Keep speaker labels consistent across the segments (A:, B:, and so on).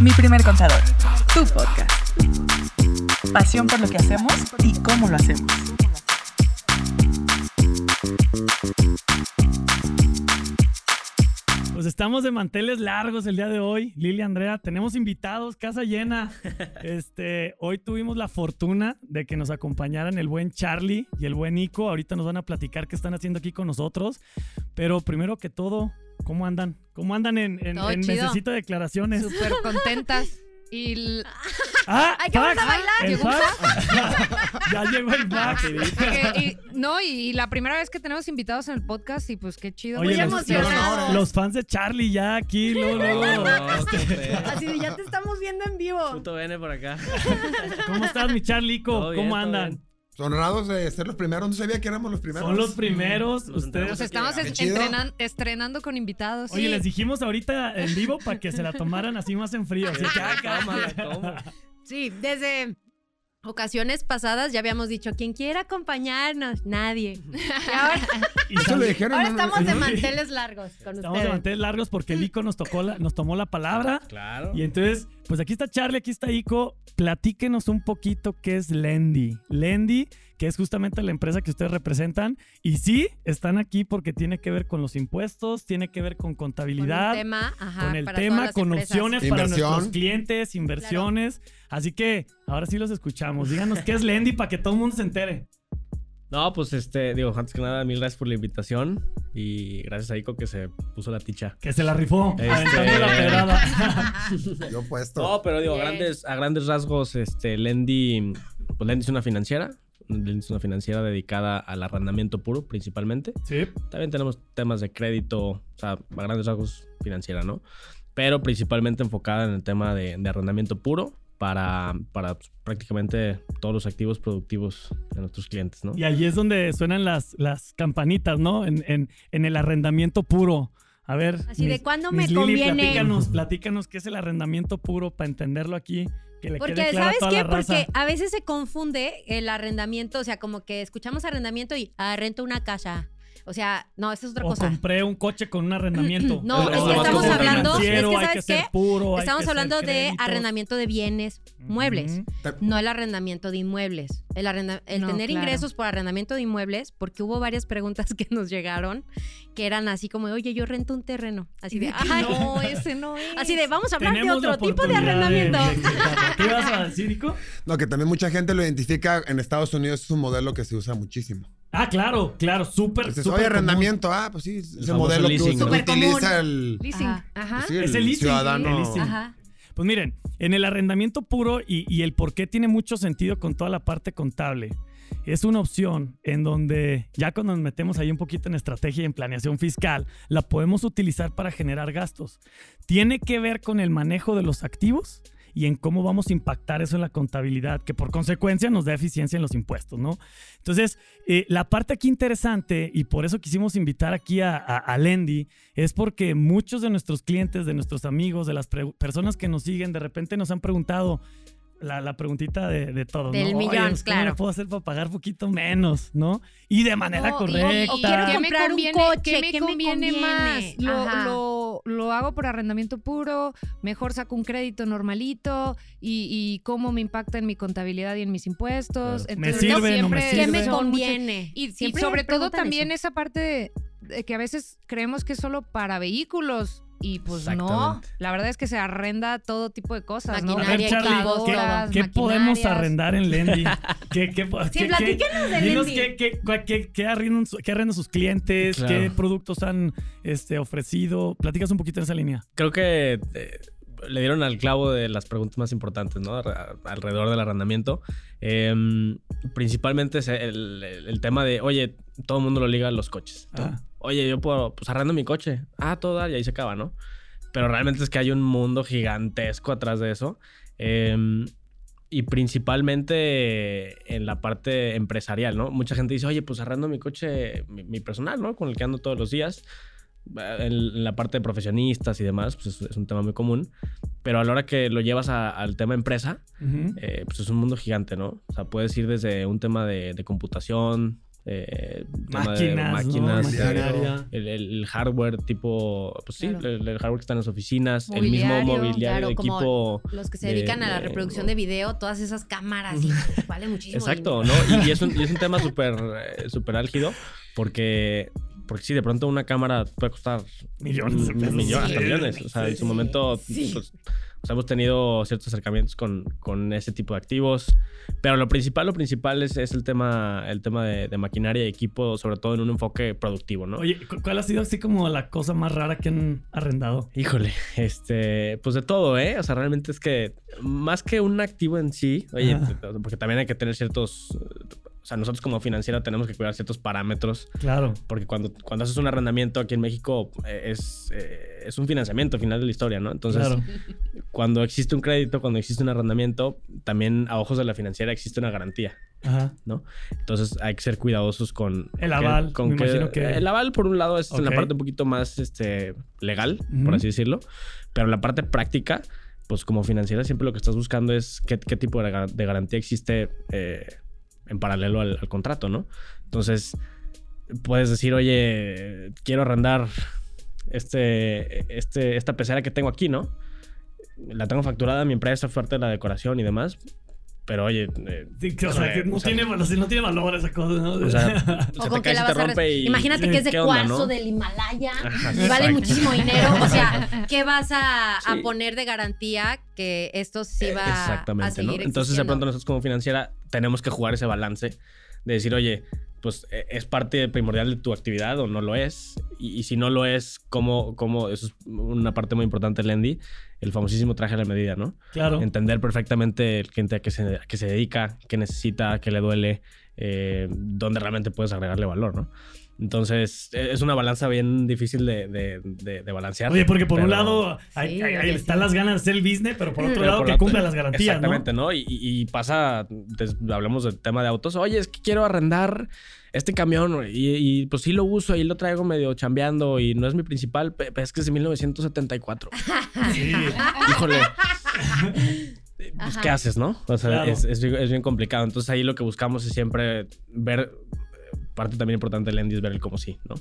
A: Mi primer contador, tu podcast. Pasión por lo que hacemos y cómo lo hacemos.
B: Pues estamos de manteles largos el día de hoy, Lili Andrea. Tenemos invitados, casa llena. Este, hoy tuvimos la fortuna de que nos acompañaran el buen Charlie y el buen Nico. Ahorita nos van a platicar qué están haciendo aquí con nosotros. Pero primero que todo, ¿cómo andan? ¿Cómo andan en, en,
C: Todo
B: en
C: chido.
B: Necesito Declaraciones?
C: Súper contentas. Y l-
B: ¡Ah!
C: Ay, que vamos
B: fax!
C: a bailar.
B: El
C: Llegó un
B: fax. ya llegó el fax.
C: que- y- no, y, y la primera vez que tenemos invitados en el podcast, y pues qué chido.
B: Oye,
D: Muy
B: los,
D: emocionados.
B: los- los fans de Charlie ya aquí, luego, luego.
D: No, qué feo.
E: Así de ya te estamos viendo en vivo.
D: Puto Bene por acá.
B: ¿Cómo estás, mi Charlico?
D: Todo bien,
B: ¿Cómo
D: todo
B: andan?
D: bien.
F: Honrados de ser los primeros. No sabía que éramos los primeros.
B: Son los primeros.
D: Los
B: Ustedes
D: entramos
E: Pues
C: Nos estamos
D: Qué
C: es-
F: chido.
C: entrenan- estrenando con invitados.
B: Oye,
C: Sí.
B: les dijimos ahorita en vivo para que se la tomaran así más en frío. Así que, ah,
D: Tómala, tómala.
E: Sí, desde ocasiones pasadas ya habíamos dicho, quien quiera acompañarnos, nadie. Y ahora,
B: y
F: Eso lo
B: sale.
F: dijeron.
E: ahora
F: en una-
E: estamos de
F: en una-
E: manteles largos con
B: Estamos de
E: ustedes.
B: manteles largos porque el Ico nos, tocó la- nos tomó la palabra.
D: Claro.
B: Y entonces, pues aquí está Charlie, aquí está Ico. Platíquenos un poquito qué es Lendy. Lendy, que es justamente la empresa que ustedes representan. Y sí, están aquí porque tiene que ver con los impuestos, tiene que ver con
C: Con un
B: contabilidad.
C: tema, ajá,
B: con el
C: para todas
B: tema,
C: las
B: con
C: empresas.
B: opciones para
F: Inversión.
B: nuestros clientes, inversiones. Así que ahora sí los escuchamos. Díganos qué es Lendy para que todo el mundo se entere.
D: No, pues este, digo, antes que nada, mil gracias por la invitación. Y gracias a Ico que se puso la ticha.
B: Que se la rifó.
D: Este-
B: aventando la pedrada.
F: Yo puesto.
D: No, pero digo, a
C: Bien.
D: grandes, a grandes rasgos, este, Lendy, pues Lendy es una financiera. Lendy es una financiera dedicada al arrendamiento puro, principalmente.
B: sí.
D: También tenemos temas de crédito, o sea, a grandes rasgos financiera, ¿no? Pero principalmente enfocada en el tema de, de arrendamiento puro para, para pues, prácticamente todos los activos productivos de nuestros clientes, ¿no?
B: Y ahí es donde suenan las, las campanitas, ¿no? En, en- en el arrendamiento puro. A ver.
E: Así de
B: mis-
E: cuándo me
B: mis Lili,
E: conviene.
B: platícanos, platícanos qué es el arrendamiento puro para entenderlo aquí. Que le quede
E: Porque,
B: claro a
E: ¿sabes
B: toda
E: qué?
B: la raza.
E: Porque a veces se confunde el arrendamiento, o sea, como que escuchamos arrendamiento y ah, rento una casa. O sea, no, esa es otra
B: o
E: cosa.
B: compré un coche con un arrendamiento.
E: No,
D: es que estamos hablando- es que
B: hay
E: ¿sabes
B: ser
E: qué?
B: puro, hay
E: Estamos
B: que ser
E: hablando de
B: créditos.
E: arrendamiento de bienes muebles.
B: Ujú.
E: No el arrendamiento de inmuebles. El, arrenda- el
C: No,
E: tener
C: claro.
E: ingresos por arrendamiento de inmuebles, porque hubo varias preguntas que nos llegaron que eran así como, oye, yo rento un terreno. Así de, ay,
C: No, ese no es.
E: así de, vamos a hablar de
B: Tenemos la
E: otro tipo de
B: oportunidad
E: arrendamiento.
B: de- ¿Qué ibas a decir, Nico?
F: No, que también mucha gente lo identifica en Estados Unidos. Es un modelo que se usa muchísimo.
B: Ah, claro, claro, súper,
F: Dices,
B: súper común.
F: oye, Pues arrendamiento. Ah, pues sí, es
D: famoso
F: el modelo
D: leasing,
F: que
D: ¿no?
F: usa- utiliza
E: Supercomún.
F: el, pues
C: Leasing.
E: Ajá.
C: Ajá.
F: sí, el
B: Es el leasing,
F: ciudadano.
B: el leasing.
E: Ajá.
B: Pues miren, en el arrendamiento puro y, y el por qué tiene mucho sentido con toda la parte contable. Es una opción en donde ya cuando nos metemos ahí un poquito en estrategia y en planeación fiscal, la podemos utilizar para generar gastos. Tiene que ver con el manejo de los activos y en cómo vamos a impactar eso en la contabilidad, que por consecuencia nos da eficiencia en los impuestos, ¿no? Entonces, eh, la parte aquí interesante, y por eso quisimos invitar aquí a, a, a Lendy, es porque muchos de nuestros clientes, de nuestros amigos, de las pre- personas que nos siguen, de repente nos han preguntado la, la preguntita de, de todos,
E: Del
B: ¿no? Oye,
E: millón,
B: pues, ¿cómo le
E: claro.
B: puedo hacer para pagar poquito menos, ¿no? Y de manera
E: No, y- o- o
B: correcta.
E: quiero
C: ¿Qué me
E: comprar un
C: conviene,
E: coche,
C: ¿Qué me
E: ¿qué me
C: conviene,
E: conviene?
C: más?
E: Ajá.
C: Lo, lo, lo hago por arrendamiento puro, mejor saco un crédito normalito y, y cómo me impacta en mi contabilidad y en mis impuestos.
D: Claro.
B: ¿Me
C: Entonces,
B: sirve, no me
C: siempre
E: ¿Qué me
B: sirve?
C: son muchas-
E: conviene?
C: Y, y
E: Siempre
C: sobre
E: me
C: todo
E: preguntan
C: también
E: eso.
C: esa parte de, de que a veces creemos que es solo para vehículos y pues no.
D: Exactamente.
C: La verdad es que se arrenda todo tipo de cosas, ¿no?
B: A ver,
E: Maquinaria,
B: Charlie, ¿qué,
E: equipos,
C: Computadoras,
B: qué podemos
C: maquinarias.
B: arrendar en Lendy? ¿Qué, qué, po-
E: Sí,
B: qué- qué-
E: platíquenos de
B: dinos
E: Lendy.
B: qué, qué, cua- qué- qué arrendan, su- qué arrendan sus clientes,
D: Claro.
B: qué productos han este, ofrecido. Platicas un poquito en esa línea.
D: Creo que eh, le dieron al clavo de las preguntas más importantes, ¿no? Ar- Alrededor del arrendamiento. Em, principalmente es el, el- el tema de, oye, todo el mundo lo liga a los coches. ¿no?
B: Ah.
D: Oye, yo puedo, pues arrendo mi coche. Ah, todo dar, y ahí se acaba, ¿no? Pero realmente es que hay un mundo gigantesco atrás de eso. Em, y principalmente en la parte empresarial, ¿no? Mucha gente dice, oye, pues arrendo mi coche, mi, mi personal, ¿no? Con el que ando todos los días. Eh, En, en la parte de profesionistas y demás, pues es, es un tema muy común. Pero a la hora que lo llevas a- al tema empresa,
B: Ujú.
D: eh, pues es un mundo gigante, ¿no? O sea, puedes ir desde un tema de, de computación, eh, tema de
B: Máquinas, ¿no?
D: máquinas,
B: Maquinaria.
D: el, el- el hardware tipo, pues sí,
E: Claro.
D: el, el hardware que está en las oficinas, el mismo
E: Mobiliario,
D: mobiliario
E: claro,
D: de
E: como-
D: equipo.
E: Los que se
D: de-
E: dedican a la
D: de-
E: reproducción de video, todas esas cámaras, y vale muchísimo.
D: Exacto,
E: dinero.
D: ¿no? Y, y es un, y es un tema súper eh, súper álgido porque, porque sí, de pronto una cámara puede costar
B: Millones de
D: mm,
B: pesos.
D: millones, hasta
B: Sí.
D: millones. O sea, en su
E: Sí,
D: momento
E: sí.
D: pues, o sea, hemos tenido ciertos acercamientos con, con ese tipo de activos. Pero lo principal, lo principal es, es el tema, el tema de, de maquinaria y equipo, sobre todo en un enfoque productivo, ¿no?
B: Oye, ¿cu- ¿cuál ha sido así como la cosa más rara que han arrendado?
D: Híjole, este, pues de todo, ¿eh? O sea, realmente es que más que un activo en sí, oye,
B: Ajá.
D: t- porque también hay que tener ciertos, eh, o sea, nosotros como financiera tenemos que cuidar ciertos parámetros,
B: Claro.
D: porque cuando, cuando haces un arrendamiento aquí en México eh, es, eh, es un financiamiento al final de la historia, ¿no? Entonces,
B: claro.
D: cuando existe un crédito, cuando existe un arrendamiento, también a ojos de la financiera existe una garantía.
B: Ajá.
D: Entonces hay que ser cuidadosos con
B: El
D: que-
B: aval,
D: con
B: me
D: que-
B: imagino que-
D: el aval por un lado es la
B: Ok.
D: parte un poquito más este legal,
B: Ujú.
D: por así decirlo, pero la parte práctica, pues como financiera siempre lo que estás buscando es qué, qué tipo de, gar- de garantía existe eh, en paralelo al, al contrato, ¿no? Entonces puedes decir, oye, quiero arrendar este, este, esta pecera que tengo aquí, ¿no? La tengo facturada, mi empresa es fuerte de la decoración y demás. Pero oye, eh,
B: Sí, que, o sea, que no,
D: O sea,
B: tiene, val- no tiene valor esa cosa, ¿no?
D: o sea,
E: O
D: se
E: con
D: te
E: que
D: cae,
E: la
D: se
E: vas
D: te
E: a
D: rompe
E: res-
D: y...
E: Imagínate que es de
D: ¿qué onda,
E: cuarzo
D: no?
E: del Himalaya
D: Ajá,
E: y vale
D: exacto.
E: muchísimo dinero. O sea, ¿qué vas a, a
D: Sí.
E: poner de garantía que esto sí va a
D: Exactamente,
E: seguir
D: ¿no? Entonces de
E: existiendo?
D: pronto nosotros como financiera tenemos que jugar ese balance de decir, oye, pues e- es parte primordial de tu actividad o no lo es. Y, y si no lo es, ¿cómo, cómo? Eso es una parte muy importante del Endy, el famosísimo traje a la medida, ¿no?
B: claro.
D: Entender perfectamente el cliente a qué se, a qué se dedica, qué necesita, qué le duele, eh, dónde realmente puedes agregarle valor, ¿no? Entonces, e- es una balanza bien difícil de, de- de- de balancear.
B: Oye, porque por un
D: pero-
B: lado hay-
E: Sí,
B: hay- hay-
E: oye,
B: están
E: sí.
B: las ganas de hacer el business, pero por otro
D: Pero
B: lado
D: por
B: que
D: la-
B: cumpla las garantías,
D: Exactamente, ¿no? Y, y- y pasa, des- hablamos del tema de autos. Oye, es que quiero arrendar este camión y, y, pues sí lo uso y lo traigo medio chambeando y no es mi principal, pe- pero es que es de 1974.
B: ¿no? Sí.
D: Híjole. Eh, Pues, ¿qué
E: Ajá.
D: haces, no? O sea,
B: Claro.
D: es, es bien- es bien complicado. Entonces, ahí lo que buscamos es siempre ver, eh, parte también importante del Endy es ver el cómo sí, ¿no?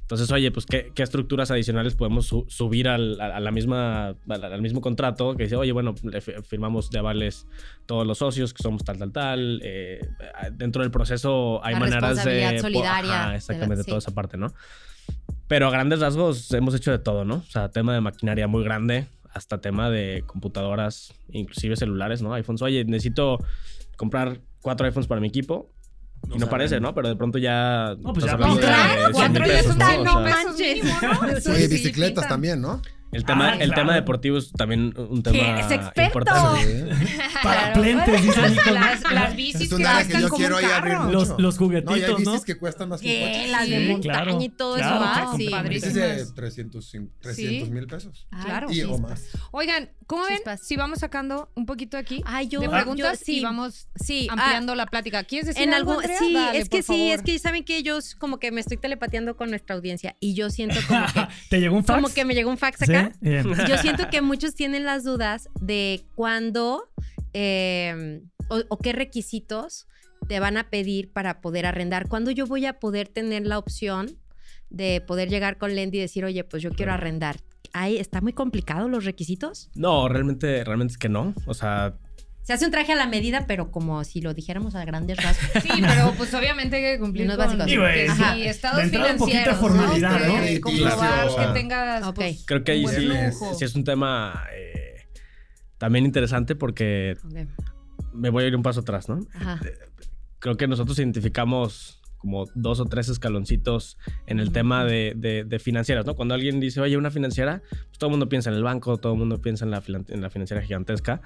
D: Entonces, oye, pues, ¿qué, qué estructuras adicionales podemos su- subir al, a, a la misma, al, al mismo contrato? Que dice, oye, bueno, le fi- firmamos de avales todos los socios, que somos tal, tal, tal. eh, dentro del proceso hay
E: La
D: maneras de...
E: responsabilidad
D: po-
E: solidaria de
D: Ajá,
E: la-
D: exactamente,
E: sí.
D: toda esa parte, ¿no? Pero a grandes rasgos hemos hecho de todo, ¿no? O sea, tema de maquinaria muy grande, hasta tema de computadoras, inclusive celulares, ¿no? iPhones. Oye, necesito comprar cuatro iPhones para mi equipo. Y no,
B: sea,
D: parece, ¿no? Pero de pronto ya.
B: No, pues
D: estás
B: ya
D: hablando de
B: pinta.
D: 100
E: Cuatro
D: mil
E: ya
D: pesos,
E: son tan-
D: ¿no? O sea,
E: no pues, manches.
F: Oye, bicicletas también, ¿no?
D: el tema,
B: Ah,
D: el
B: claro.
D: tema deportivo es también un
E: ¿Qué?
D: tema
E: ¡Es experto!
D: importante.
F: ¿eh?
B: Paraplentes, dice Nico.
C: Las, las bicis
F: Es
C: que
F: un área que
C: gastan
F: yo
C: como
F: quiero
C: un
F: ahí abrir
C: carro.
F: mucho.
B: Los, los
F: No, y hay
B: juguetitos, ¿no?
F: bicis que cuestan más que un
E: ¿Qué?
D: pues,
F: coche.
E: Las Eh, de
B: Sí,
E: montaña
B: claro,
E: y todo
B: claro,
E: eso. Ah,
B: sí,
E: sí.
F: Bicis
C: padrísimas.
F: de 300 mil pesos.
E: Ay,
C: Claro.
F: Y o
E: chispas.
F: más.
C: Oigan, ¿cómo ven?
E: Chispas.
C: Si vamos sacando un poquito aquí
E: Ay, yo,
C: de
E: yo-
C: preguntas
E: sí,
C: y vamos
E: sí, ah,
C: ampliando la plática. ¿Quieres decir
E: en
C: algo,
E: algún
C: Andrea?
E: sí
C: Dale,
E: es que
C: por
E: sí es
C: favor.
E: que saben que yo s- como que me estoy telepateando con nuestra audiencia y yo siento como que
B: ¿Te llegó un fax?
E: como que me llegó un fax
B: ¿Sí?
E: acá
B: Bien.
E: yo siento que muchos tienen las dudas de cuándo eh, o, o qué requisitos te van a pedir para poder arrendar cuándo yo voy a poder tener la opción de poder llegar con Lendy y decir oye pues yo quiero
D: Claro.
E: arrendar Ay, está muy complicado los requisitos
D: No, realmente, realmente es que no. O sea,
E: se hace un traje a la medida pero como si lo dijéramos a grandes rasgos
C: Sí, pero pues obviamente hay que cumplir
E: Unos
C: con-
E: básicos.
C: Sí,
E: Digo,
C: güey,
E: ajá.
C: sí, estados
B: De entrada, poquita
C: financieros,
B: formalidad,
C: ¿no?
F: ¿no?
C: De
F: Sí,
C: comprobar
F: sí,
C: que
F: sí.
C: tengas
E: Ok.
C: pues,
D: creo que
C: un
D: ahí
C: buen
D: sí,
C: flujo.
D: sí es un tema eh, también interesante porque
E: Ok,
D: me voy a ir un paso atrás, ¿no?
E: ajá.
D: creo que nosotros identificamos como dos o tres escaloncitos en el
E: Ujú.
D: tema de, de- de financieras, ¿no? Cuando alguien dice, oye, una financiera, pues todo el mundo piensa en el banco, todo el mundo piensa en la, filan- en la financiera gigantesca.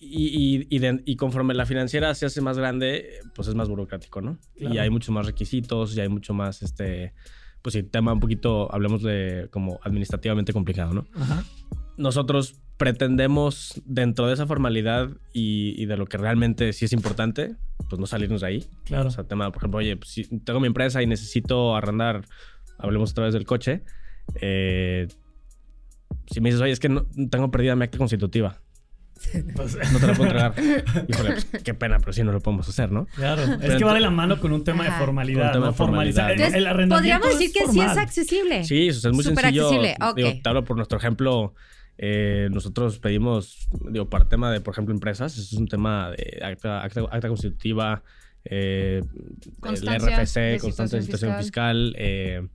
D: Y, y- y de- y conforme la financiera se hace más grande, pues es más burocrático, ¿no?
B: Claro.
D: Y hay muchos más requisitos, y hay mucho más, este, pues sí, tema un poquito, hablemos de como administrativamente complicado, ¿no?
B: Ajá.
D: nosotros pretendemos dentro de esa formalidad y, y de lo que realmente sí es importante, pues no salirnos de ahí.
B: Claro.
D: O sea, tema, por ejemplo, oye, pues, si tengo mi empresa y necesito arrendar, hablemos otra vez del coche, eh, si me dices, oye, es que no, tengo perdida mi acta constitutiva.
B: Pues,
D: No te la puedo entregar. Híjole, pues, qué pena, pero sí no lo podemos hacer, ¿no?
B: claro. es
D: Pero
B: que va de
D: ento-
B: la mano con un tema de
E: Ajá.
B: formalidad.
D: Con un tema
B: ¿no?
D: de formalidad,
B: Formalizar.
D: ¿no?
B: El- el
E: Entonces,
B: arrendamiento
E: podríamos decir
B: es
E: que sí es
B: formal.
E: accesible.
D: Sí, o sea, es muy
E: Súper
D: sencillo.
E: accesible, ok.
D: Digo, te hablo por nuestro ejemplo. eh, nosotros pedimos, digo, para tema de, por ejemplo, empresas, eso es un tema de acta, acta- acta constitutiva, eh, el
C: Constancia
D: RFC,
C: de
D: constante de
C: situación
D: situación fiscal, eh,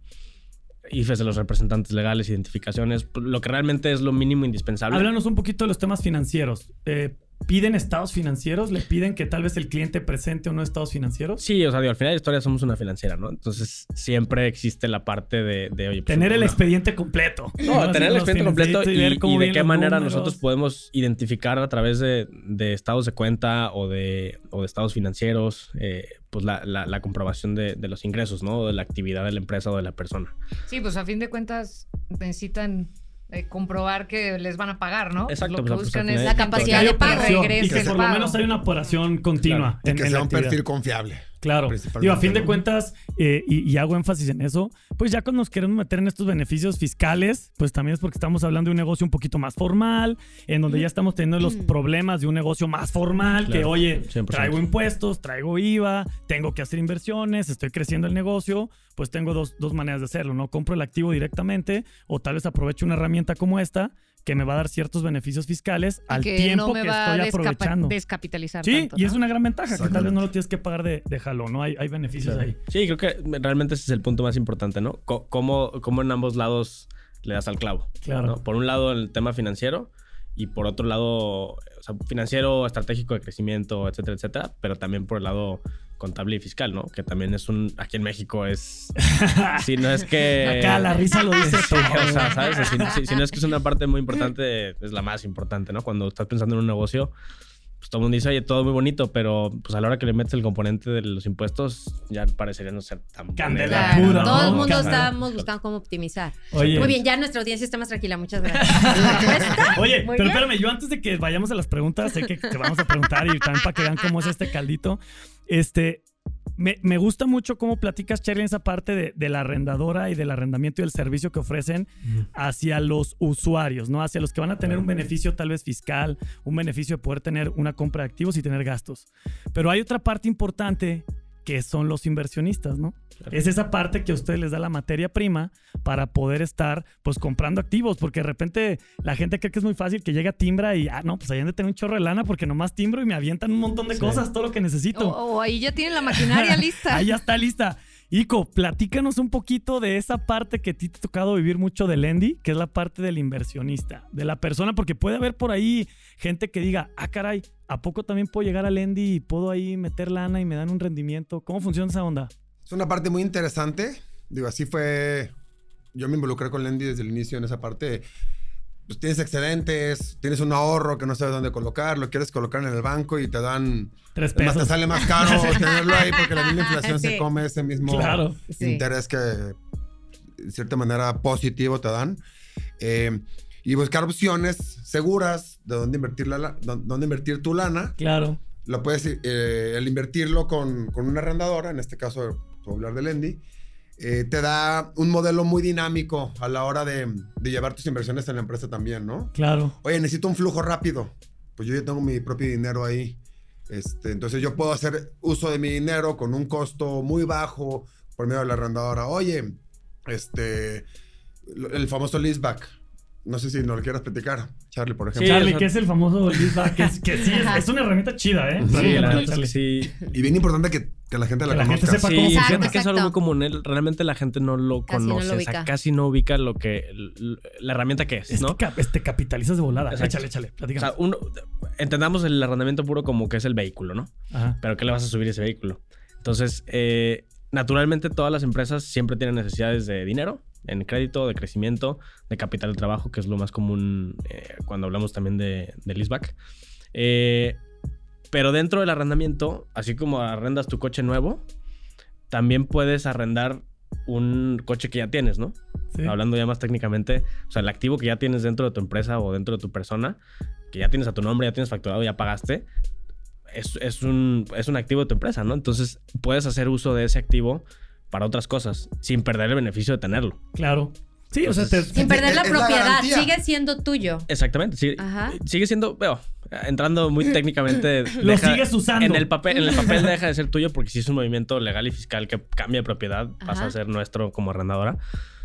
D: IFES de los representantes legales, identificaciones, pues, lo que realmente es lo mínimo indispensable.
B: Háblanos un poquito de los temas financieros. Eh, ¿Piden estados financieros? ¿Le piden que tal vez el cliente presente unos estados financieros?
D: Sí, o sea, digo, al final de la historia somos una financiera, ¿no? Entonces siempre existe la parte de, de oye, pues,
B: Tener el
D: una-
B: expediente completo.
D: No, tener el
B: Los
D: expediente completo y,
B: financieritos ver cómo
D: y de
B: vienen
D: qué
B: los
D: manera
B: números.
D: nosotros podemos identificar a través de, de estados de cuenta o de, o de estados financieros, eh, pues la, la- la comprobación de, de los ingresos, ¿no? O de la actividad de la empresa o de la persona.
C: Sí, pues a fin de cuentas necesitan eh, comprobar que les van a pagar, ¿no?
D: Exacto,
C: Lo
D: pues,
C: que
D: al
C: buscan
D: final
C: es
D: del día,
B: Que
E: capacidad
B: hay
E: de pago.
B: operación y
C: Regrese
B: que
C: el
B: por lo
C: pago.
B: menos hay una operación continua
F: Y
B: en,
F: que
B: en
F: sea
B: la
F: un
B: actividad.
F: perfil confiable.
B: Claro.
F: principalmente,
B: Digo, a fin de
F: ¿no?
B: cuentas, eh, y, y hago énfasis en eso, pues ya cuando nos queremos meter en estos beneficios fiscales, pues también es porque estamos hablando de un negocio un poquito más formal, en donde ya estamos teniendo
C: Mm.
B: los problemas de un negocio más formal, que
D: Claro,
B: oye,
D: 100%.
B: traigo impuestos, traigo IVA, tengo que hacer inversiones, estoy creciendo el negocio, pues tengo dos, dos maneras de hacerlo, ¿no? Compro el activo directamente o tal vez aprovecho una herramienta como esta que me va a dar ciertos beneficios fiscales
C: Y
B: al
C: que
B: tiempo
C: no me
B: que
C: va
B: estoy
C: a descapa-
B: aprovechando.
C: descapitalizar.
B: Sí,
C: tanto,
B: y es
C: ¿no?
B: una gran ventaja, que tal vez
F: Exactamente.
B: no lo tienes que pagar de, de jalón, ¿no? Hay, hay beneficios ahí.
D: Sí, creo que realmente ese es el punto más importante, ¿no? Co- ¿Cómo, cómo en ambos lados le das al clavo?
B: Claro.
D: ¿no? Por un lado, el tema financiero y por otro lado, o sea, financiero, estratégico de crecimiento, etcétera, etcétera, pero también por el lado contable y fiscal, ¿no? Que también es un, aquí en México es, si no es que...
B: Acá la risa lo dice todo.
D: O sea, ¿sabes? Si, si- si no es que es una parte muy importante, es la más importante, ¿no? Cuando estás pensando en un negocio, pues todo el mundo dice, oye, todo muy bonito, pero pues a la hora que le metes el componente de los impuestos, ya parecería no ser tan... buena
B: Candela
D: idea,
E: Claro,
B: pura,
E: todo
B: ¿no?
E: el mundo
B: Cámara.
E: estábamos buscando cómo optimizar.
B: Oye,
E: Muy bien, ya nuestra audiencia está más tranquila, muchas gracias.
B: Oye,
E: Muy
B: pero
E: bien.
B: espérame, yo antes de que vayamos a las preguntas, sé que te vamos a preguntar y también para que vean cómo es este caldito. Este, me, me gusta mucho cómo platicas, Cherly, en esa parte de, de la arrendadora y del arrendamiento y el servicio que ofrecen hacia los usuarios, ¿no? Hacia los que van a tener un beneficio tal vez fiscal, un beneficio de poder tener una compra de activos y tener gastos. Pero hay otra parte importante que son los inversionistas, ¿no?
D: Claro.
B: Es esa parte que a ustedes les da la materia prima para poder estar pues comprando activos, porque de repente la gente cree que es muy fácil que llega Timbra y ah, no, pues ahí han de tener un chorro de lana porque nomás timbro y me avientan un montón de
D: Sí.
B: cosas, todo lo que necesito.
E: Oh.
C: O, o ahí ya tienen la maquinaria lista.
B: Ahí ya está lista. Ico, platícanos un poquito de esa parte que a ti te ha tocado vivir mucho del Endy, que es la parte del inversionista, de la persona, porque puede haber por ahí gente que diga, ah, caray, ¿a poco también puedo llegar al Endy y puedo ahí meter lana y me dan un rendimiento? ¿Cómo funciona esa onda?
F: Es una parte muy interesante. Digo, así fue. Yo me involucré con Lendy desde el inicio en esa parte. Pues tienes excedentes, tienes un ahorro que no sabes dónde colocar, lo quieres colocar en el banco y te dan.
B: Tres
F: Además, te
B: pesos.
F: sale más caro tenerlo ahí porque la misma inflación se
E: Sí.
F: come ese mismo
B: Claro.
E: Sí.
F: interés que, de cierta manera, positivo te dan. Eh, y buscar opciones seguras de dónde invertir, la, la- dó- dónde invertir tu lana
B: Claro.
F: lo puedes, eh, el invertirlo con, con una arrendadora, en este caso, puedo hablar de Lendy, eh, te da un modelo muy dinámico a la hora de, de llevar tus inversiones en la empresa también, ¿no?
B: Claro.
F: Oye, necesito un flujo rápido. Pues yo ya tengo mi propio dinero ahí. Este, entonces yo puedo hacer uso de mi dinero con un costo muy bajo por medio de la arrendadora. Oye, este, lo- el famoso leaseback. No sé si nos lo quieras platicar, Charlie, por ejemplo.
D: Sí,
B: Charlie,
D: o sea-
B: que es el famoso leaseback, que, es, que sí, es, es una herramienta chida, ¿eh?
D: Sí, la
B: Platícanos,
D: verdad es que
B: Charlie.
D: sí,
F: Y bien importante que, que la gente la
B: Que la gente
F: conozca.
B: sepa cómo
D: sí,
B: funciona.
D: fíjate que es algo muy
E: Exacto.
D: común. el- Realmente la gente no lo
E: Casi no lo
D: conoce. o sea,
E: ubica.
D: casi no ubica lo que. l- La herramienta que es,
B: Es
D: ¿no?
B: que cap- este, capitalizas de volada.
D: Exacto.
B: Échale, échale.
D: O
B: Platícanos.
D: sea, uno, entendamos el arrendamiento puro como que es el vehículo, ¿no?
B: Ajá.
D: Pero ¿qué le vas a subir a ese vehículo? Entonces, eh, naturalmente todas las empresas siempre tienen necesidades de dinero, en crédito, de crecimiento, de capital de trabajo, que es lo más común eh, cuando hablamos también de, de leaseback. Eh, pero dentro del arrendamiento, así como arrendas tu coche nuevo, también puedes arrendar un coche que ya tienes, ¿no?
B: Sí.
D: Hablando ya más técnicamente, o sea, el activo que ya tienes dentro de tu empresa o dentro de tu persona, que ya tienes a tu nombre, ya tienes facturado, ya pagaste, es, es un, es un activo de tu empresa, ¿no? Entonces puedes hacer uso de ese activo para otras cosas, sin perder el beneficio de tenerlo.
B: Claro. Sí, o sea, te,
D: Entonces-
E: Sin perder la
F: Es la
E: propiedad,
F: garantía.
E: sigue siendo tuyo.
D: Exactamente, sí.
E: Ajá.
D: Sigue siendo, veo, Entrando muy técnicamente.
B: Lo
D: deja-
B: sigues usando.
D: En el, papel, en el papel deja de ser tuyo porque si es un movimiento legal y fiscal que cambia de propiedad, pasa
E: Ajá.
D: a ser nuestro como arrendadora.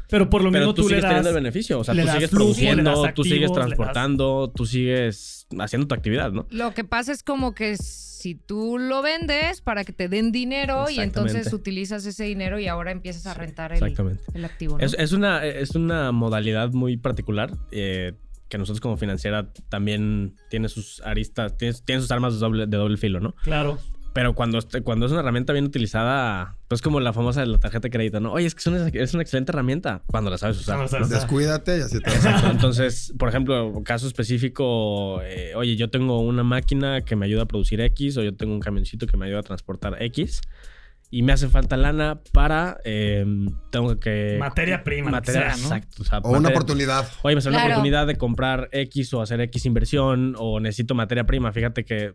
B: Pero por lo
D: Pero
B: menos
D: tú,
B: tú, le
D: sigues
B: das.
D: teniendo el beneficio. O sea,
B: le
D: tú
B: das
D: sigues
B: flujo, le das
D: produciendo, tú
B: activos,
D: sigues
B: le das-
D: transportando, tú sigues haciendo tu actividad, ¿no?
C: Lo que pasa es como que si tú lo vendes para que te den dinero y entonces
D: Exactamente.
C: utilizas ese dinero y ahora empiezas a rentar el,
D: Exactamente.
C: el activo. ¿no?
D: Es, es una, es una modalidad muy particular eh, que nosotros como financiera también tiene sus aristas, tiene, tiene sus armas de doble, de doble filo, ¿no?
B: Claro.
D: Pero cuando, este- cuando es una herramienta bien utilizada, pues como la famosa de la tarjeta de crédito, ¿no? Oye, es que es una, es una excelente herramienta cuando la sabes usar.
B: Cuando la sabes
D: ¿no?
B: usar.
F: Descuídate y así te vas.
D: Exacto. Entonces, por ejemplo, caso específico, eh, oye, yo tengo una máquina que me ayuda a producir X o yo tengo un camioncito que me ayuda a transportar X y me hace falta lana para, eh, tengo que...
B: Materia prima, lo que
D: Eh, Materia,
B: sea, ¿no?
D: exacto. o sea,
F: O una
D: materia-
F: oportunidad.
D: Oye, me sale una
E: Claro.
D: oportunidad de comprar X o hacer X inversión o necesito materia prima. Fíjate que eh,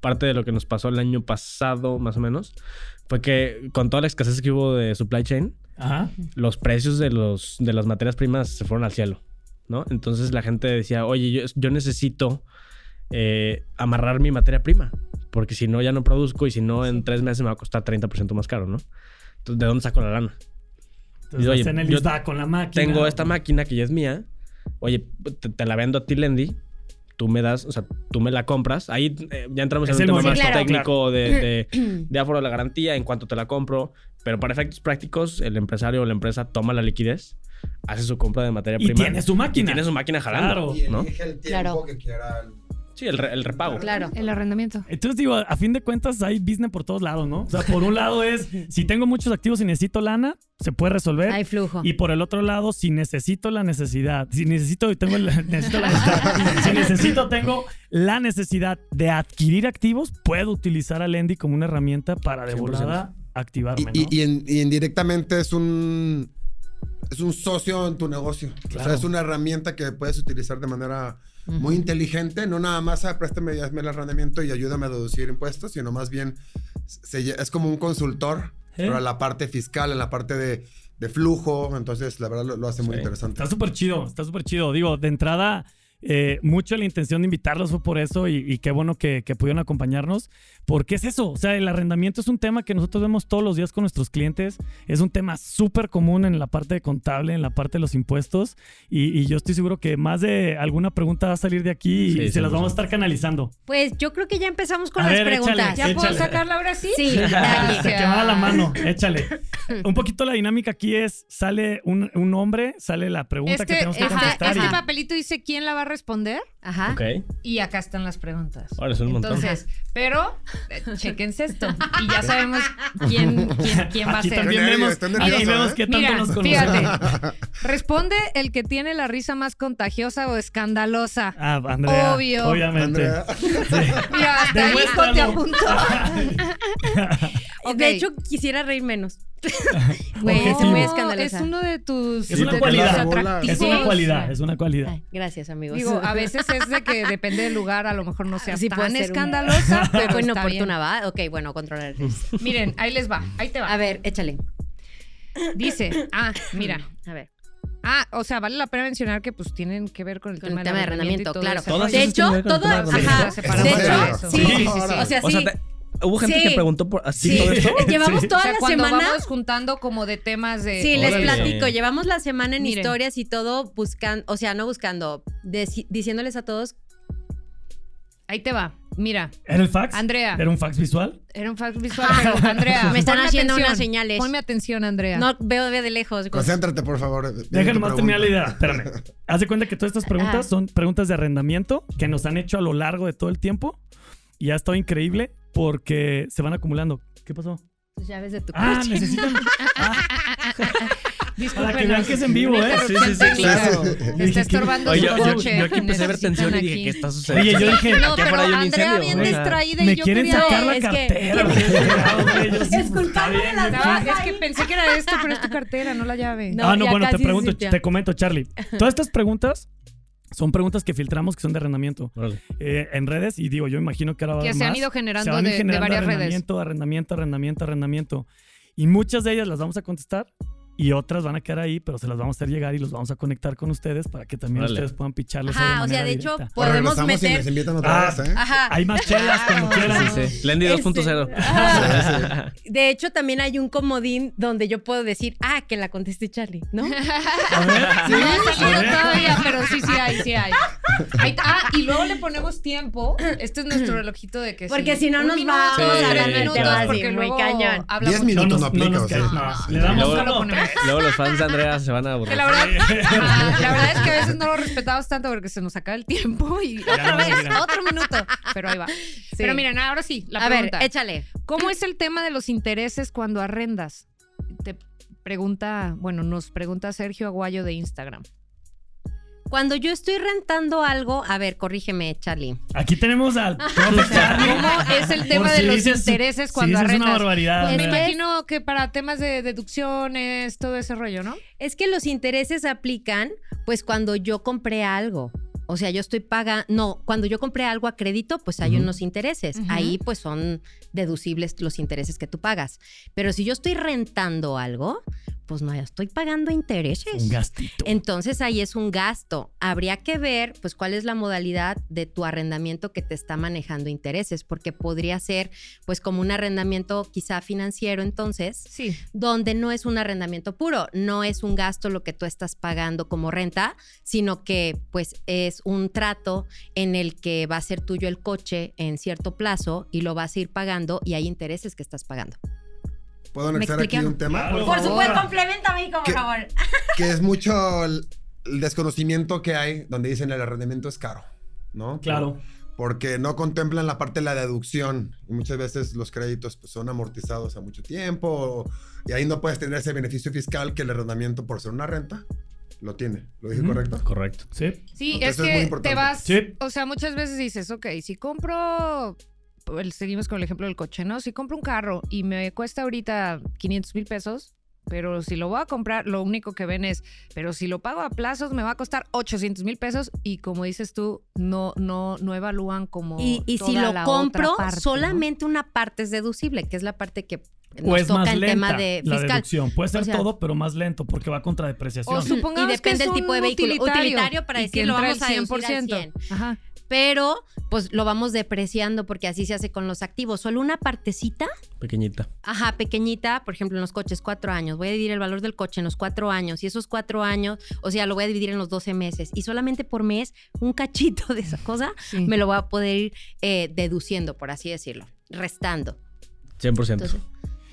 D: parte de lo que nos pasó el año pasado, más o menos, fue que con toda la escasez que hubo de supply chain,
B: Ajá.
D: los precios de, los, de las materias primas se fueron al cielo, ¿no? Entonces la gente decía, oye, yo, yo necesito eh, amarrar mi materia prima, porque si no, ya no produzco y si no, en tres meses me va a costar 30% más caro, ¿no? Entonces, ¿de dónde saco la lana?
B: Entonces
D: Oye,
B: hacen el
D: yo
B: ISDA con la máquina.
D: Tengo esta máquina que ya es mía, oye, te, te la vendo a ti, Lendy. Tú me das, o sea, tú me la compras. Ahí eh, ya entramos
B: Es
D: en
B: el
D: un tema más
B: movimiento, claro.
D: técnico de- de, de aforo de la garantía en cuanto te la compro. Pero para efectos prácticos, el empresario o la empresa toma la liquidez, hace su compra de materia
B: Y
D: prima.
B: tiene su
D: y
B: máquina.
D: tiene su máquina jalando.
B: Claro.
D: ¿no?
F: el
E: Claro.
F: que quieran.
D: Sí, el, re- el repago.
E: Claro.
C: El arrendamiento.
B: Entonces digo, a fin de cuentas hay business por todos lados, ¿no? O sea, por un lado es, si tengo muchos activos y necesito lana, se puede resolver.
E: Hay flujo.
B: Y por el otro lado, si necesito la necesidad, si necesito y tengo la, necesito la necesidad, si necesito tengo la necesidad de adquirir activos, puedo utilizar al Endy como una herramienta para de
D: 100%.
B: volada
F: Y,
B: activarme, ¿no?
F: y- y en- y indirectamente es un es un socio en tu negocio. O
B: Claro.
F: sea, es una herramienta que puedes utilizar de manera muy inteligente, no nada más ah, préstame y hazme el arrendamiento y ayúdame a deducir impuestos, sino más bien se lle- es como un consultor,
B: ¿Eh?
F: pero en la parte fiscal, en la parte de, de flujo. Entonces, la verdad lo, lo hace muy
D: Sí.
F: interesante.
B: Está súper chido, está súper chido. Digo, de entrada, eh, mucho la intención de invitarlos fue por eso y, y qué bueno que, que pudieron acompañarnos. Porque es eso, o sea, el arrendamiento es un tema que nosotros vemos todos los días con nuestros clientes. Es un tema súper común en la parte de contable, en la parte de los impuestos. Y, y yo estoy seguro que más de alguna pregunta va a salir de aquí y
D: Sí,
B: se las vamos a
D: 100%.
B: estar canalizando.
E: Pues yo creo que ya empezamos con
B: A
E: las
B: ver, échale,
E: preguntas.
C: ¿Ya puedo
B: Échale.
C: sacarla ahora sí?
B: Ah,
E: Sí,
B: Se
E: dale.
C: Gracias.
B: quemaba la mano, échale. Un poquito la dinámica aquí es, sale un, un hombre, sale la pregunta
C: Este,
B: que tenemos que
C: ajá,
B: contestar.
C: este
B: y-
C: papelito dice quién la va a responder
E: Ajá.
D: Ok.
C: y acá están las preguntas.
D: Ahora es un montón.
C: Entonces, pero eh, chequense esto y ya sabemos quién, quién, quién va a
B: Aquí
C: ser.
B: también
F: Qué nervio,
B: vemos,
F: estoy
B: aquí
F: nervioso,
B: vemos
F: ¿eh?
B: qué tanto
C: Mira,
B: nos conocemos.
C: fíjate, responde el que tiene la risa más contagiosa o escandalosa.
B: Ah, Andrea.
C: Obvio.
B: Obviamente.
F: Andrea,
C: Mira, hasta ahí
B: Demuéstralo.
C: te apuntó. Ok.
E: De hecho, quisiera reír menos. Güey,
B: Objetivo.
E: es muy
C: No, es
E: escandalosa.
C: uno de tus
B: Es una
C: de tus
B: cualidad.
C: atractivos.
B: Es una cualidad, es una cualidad.
E: Ay, gracias, amigos.
C: Digo, a veces es de que depende del lugar, a lo mejor no sea
E: Sí puede
C: tan
E: ser un-
C: escandalosa, pero
E: Fue
C: está bien.
E: inoportuna, ¿va? Ok, bueno, controlar el risa.
C: Miren, ahí les va, ahí te va.
E: A ver, échale. Mm,
C: Dice, ah, mira.
E: A ver.
C: Ah, o sea, vale la pena mencionar que pues tienen que ver con el
E: Con
C: tema,
E: el tema de
C: del arrendamiento
E: arrendamiento,
C: y todo
E: claro. De
D: Todas
C: ese rollo.
D: esas
E: hecho,
D: tienen que ver
E: todo.
D: con el tema de
E: Ajá.
C: arrendamiento.
E: De
F: ¿En
E: hecho,
C: serio?
E: sí,
F: Sí,
E: sí, sí.
F: ahora.
E: O sea,
D: O sea,
E: sí.
D: te- hubo gente
E: Sí.
D: que preguntó por así
E: Sí.
D: todo esto.
E: Llevamos
B: Sí.
E: toda
C: O sea,
E: la
C: cuando
E: semana.
C: vamos juntando como de temas de...
E: Sí, les
D: Órale.
E: platico. Llevamos la semana en
C: Miren.
E: historias y todo buscando, o sea, no buscando, deci- diciéndoles a todos.
C: Ahí te va. Mira,
B: ¿Era el fax?
C: Andrea.
B: ¿Era un fax visual?
C: Era un fax visual. pero, Andrea.
E: Me están
C: ponme
E: haciendo
C: atención.
E: unas señales.
C: Ponme atención, Andrea.
E: No veo de lejos. güey.
F: concéntrate, por favor.
B: Déjame
F: Déjenme
B: más terminar la idea. Espérame. Haz de cuenta que todas estas preguntas
E: Ah.
B: son preguntas de arrendamiento que nos han hecho a lo largo de todo el tiempo y ha estado increíble porque se van acumulando. ¿Qué pasó?
E: Tus llaves de tu
B: Ah,
E: coche.
B: necesitan. Ah,
C: Disculpen,
B: para que vean que es en vivo, ¿eh?
D: Sí, sí, sí.
F: Sí, sí, sí.
C: Te está estorbando
D: Oye,
C: su
D: yo, yo-
C: coche.
D: yo aquí empecé a ver
C: Necesitan
D: tensión y dije,
C: aquí.
D: ¿qué está sucediendo?
B: Oye, yo dije,
C: No,
D: Aquí
C: pero
D: afuera hay un
C: Andrea
D: incendio,
C: bien
D: o sea,
C: distraída y
B: me
C: yo
B: quieren
C: quería...
B: sacar la
E: es que-
B: cartera. güey. Yo sí,
E: Es
B: pues, está
E: culpable
B: bien,
E: la
B: yo
E: de
B: sí.
C: No, es que pensé que era esto, pero es tu cartera, no la llave.
E: No,
B: ah, no,
E: ya
B: bueno, te
E: casi
B: pregunto,
E: sí te-
B: te comento, Charlie. Todas estas preguntas son preguntas que filtramos que son de arrendamiento
D: Órale.
B: eh, en redes y digo, yo imagino que ahora va a
C: Que
B: haber
C: se han
B: más.
C: ido generando
B: van
C: de-
B: a
C: de
B: ir generando
C: varias redes.
B: arrendamiento, Arrendamiento, arrendamiento, arrendamiento. Y muchas de ellas las vamos a contestar y otras van a quedar ahí, pero se las vamos a hacer llegar y los vamos a conectar con ustedes para que también
D: Órale.
B: ustedes puedan picharlos.
E: Ajá, o sea, de hecho,
F: O
E: podemos
F: regresamos y
E: meter.
F: nos invitan otra
B: Ah.
F: vez, ¿eh?
E: Ajá.
B: Hay más chelas como
E: Claro.
B: quieran.
D: Sí, sí. Lendi
C: Este.
D: 2.0.
E: Ajá. De hecho, también hay un comodín donde yo puedo decir, ah, que la conteste Charlie, ¿no?
B: A ver,
C: No ha
B: a
C: salido
B: ver.
C: todavía, pero sí, sí hay, sí hay. Ahí está. ah, y luego le ponemos tiempo. Este es nuestro relojito de que
E: Porque
C: sí,
E: si no
C: un
E: nos
C: minuto,
E: vamos
C: tres
D: hablando del
C: minutos,
D: tema así,
C: porque
E: muy
C: luego
E: cañón.
C: hablamos
F: Diez minutos no,
B: nos- no
F: aplica,
B: nos
F: o sea.
B: queda-
F: sí.
B: Le damos
D: Luego-
B: una
C: Luego ponemos.
D: Luego los fans de Andrea se van a
C: Que
D: aburrir.
C: la verdad, ajá, la verdad es que a veces no lo respetamos tanto porque se nos acaba el tiempo y otra
B: no,
C: vez,
B: mira.
C: otro minuto. Pero ahí va. Pero miren, ahora sí, la
E: a ver,
C: pregunta.
E: échale.
C: ¿Cómo es el tema de los intereses cuando arrendas? Te pregunta, bueno, nos pregunta Sergio Aguayo de Instagram.
E: Cuando yo estoy rentando algo, a ver, corrígeme, Charlie.
B: Aquí tenemos al profe Charlie.
C: ¿Cómo es el tema
B: Por
C: de
B: si
C: los
B: dices-
C: intereses
B: si
C: cuando
B: dices una
C: arrendas?
B: barbaridad.
C: Pues me
B: Andrea.
C: imagino que para temas de deducciones, todo ese rollo, ¿no?
E: Es que los intereses aplican, pues, cuando yo compré algo. O sea, yo estoy pagando. No, cuando yo compré algo a crédito, pues hay
D: Ujú.
E: unos intereses.
C: Ujú.
E: Ahí, pues, son deducibles los intereses que tú pagas. Pero si yo estoy rentando algo, pues no, ya estoy pagando intereses.
B: Un gastito.
E: Entonces ahí es un gasto. Habría que ver, pues, cuál es la modalidad de tu arrendamiento que te está manejando intereses, porque podría ser, pues, como un arrendamiento quizá financiero, entonces,
C: Sí.
E: donde no es un arrendamiento puro, no es un gasto lo que tú estás pagando como renta, sino que, pues, es un trato en el que va a ser tuyo el coche en cierto plazo y lo vas a ir pagando y hay intereses que estás pagando.
F: ¿Puedo anexar aquí
E: explican?
F: un tema?
B: Claro.
E: Por
B: favor.
E: supuesto, complementa, hijo, por
F: ¿Qué?
E: favor.
F: Que es mucho el, el desconocimiento que hay donde dicen el arrendamiento es caro, ¿no?
B: Claro.
F: Porque no contemplan la parte de la deducción. Y muchas veces los créditos pues, son amortizados a mucho tiempo o- y ahí no puedes tener ese beneficio fiscal que el arrendamiento por ser una renta lo tiene. ¿Lo dije
B: Ujú.
F: correcto?
D: Correcto.
B: Sí.
F: Entonces
C: Sí, es
F: es muy
C: que
F: importante.
C: te vas.
B: Sí.
C: O sea, muchas veces dices, ok, si compro. el- Seguimos con el ejemplo del coche, ¿no? Si compro un carro y me cuesta ahorita 500 mil pesos, pero si lo voy a comprar, lo único que ven es, pero si lo pago a plazos, me va a costar 800 mil pesos y como dices tú, no, no, no evalúan como.
E: Y, y si
C: toda
E: lo
C: la
E: compro,
C: otra parte, ¿no?
E: solamente una parte es deducible, que es la parte que nos
B: O es
E: toca
B: Pues más
E: el
B: lenta
E: tema de
B: la
E: fiscal.
B: deducción. Puede ser
E: O sea-
B: todo, pero más lento porque va contra
C: O
B: depreciación.
E: su-
C: supongamos
E: Y depende
C: que es
E: el tipo
C: un
E: de vehículo.
C: Utilitario,
E: Utilitario, para
C: y que
E: decir, lo
C: entra
E: vamos
C: el
E: a deducir al 100.
C: Ajá.
E: Pero, pues lo vamos depreciando porque así se hace con los activos. Solo una partecita,
D: Pequeñita.
E: ajá, pequeñita, por ejemplo, en los coches, cuatro años. Voy a dividir el valor del coche en los cuatro años. Y esos cuatro años, o sea, lo voy a dividir en los 12 meses. Y solamente por mes, un cachito de esa cosa,
C: Sí.
E: me lo voy a poder ir eh, deduciendo, por así decirlo, restando.
D: 100%.
E: Entonces,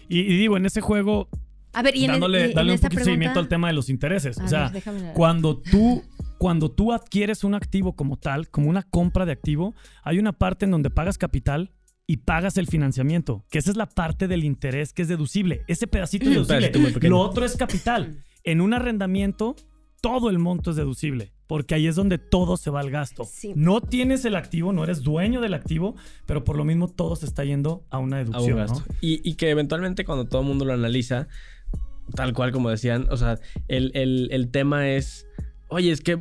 B: Y, y digo, en ese juego,
E: a ver, y en, el- y
B: dándole,
E: en
B: dale un
E: esta
B: poquito de seguimiento
E: pregunta-
B: al tema de los intereses.
E: A
B: o sea,
E: ver, déjame ver.
B: cuando tú, cuando tú adquieres un activo como tal, como una compra de activo, hay una parte en donde pagas capital y pagas el financiamiento, que esa es la parte del interés que es deducible. Ese pedacito es
D: Un
B: deducible.
D: pedacito muy pequeño.
B: Lo otro es capital. En un arrendamiento, todo el monto es deducible, porque ahí es donde todo se va al gasto.
E: Sí.
B: No tienes el activo, no eres dueño del activo, pero por lo mismo todo se está yendo a una
D: a un
B: deducción.
D: gasto. Y, y que eventualmente cuando todo el mundo lo analiza, tal cual como decían, o sea, el, el- el tema es, oye, es que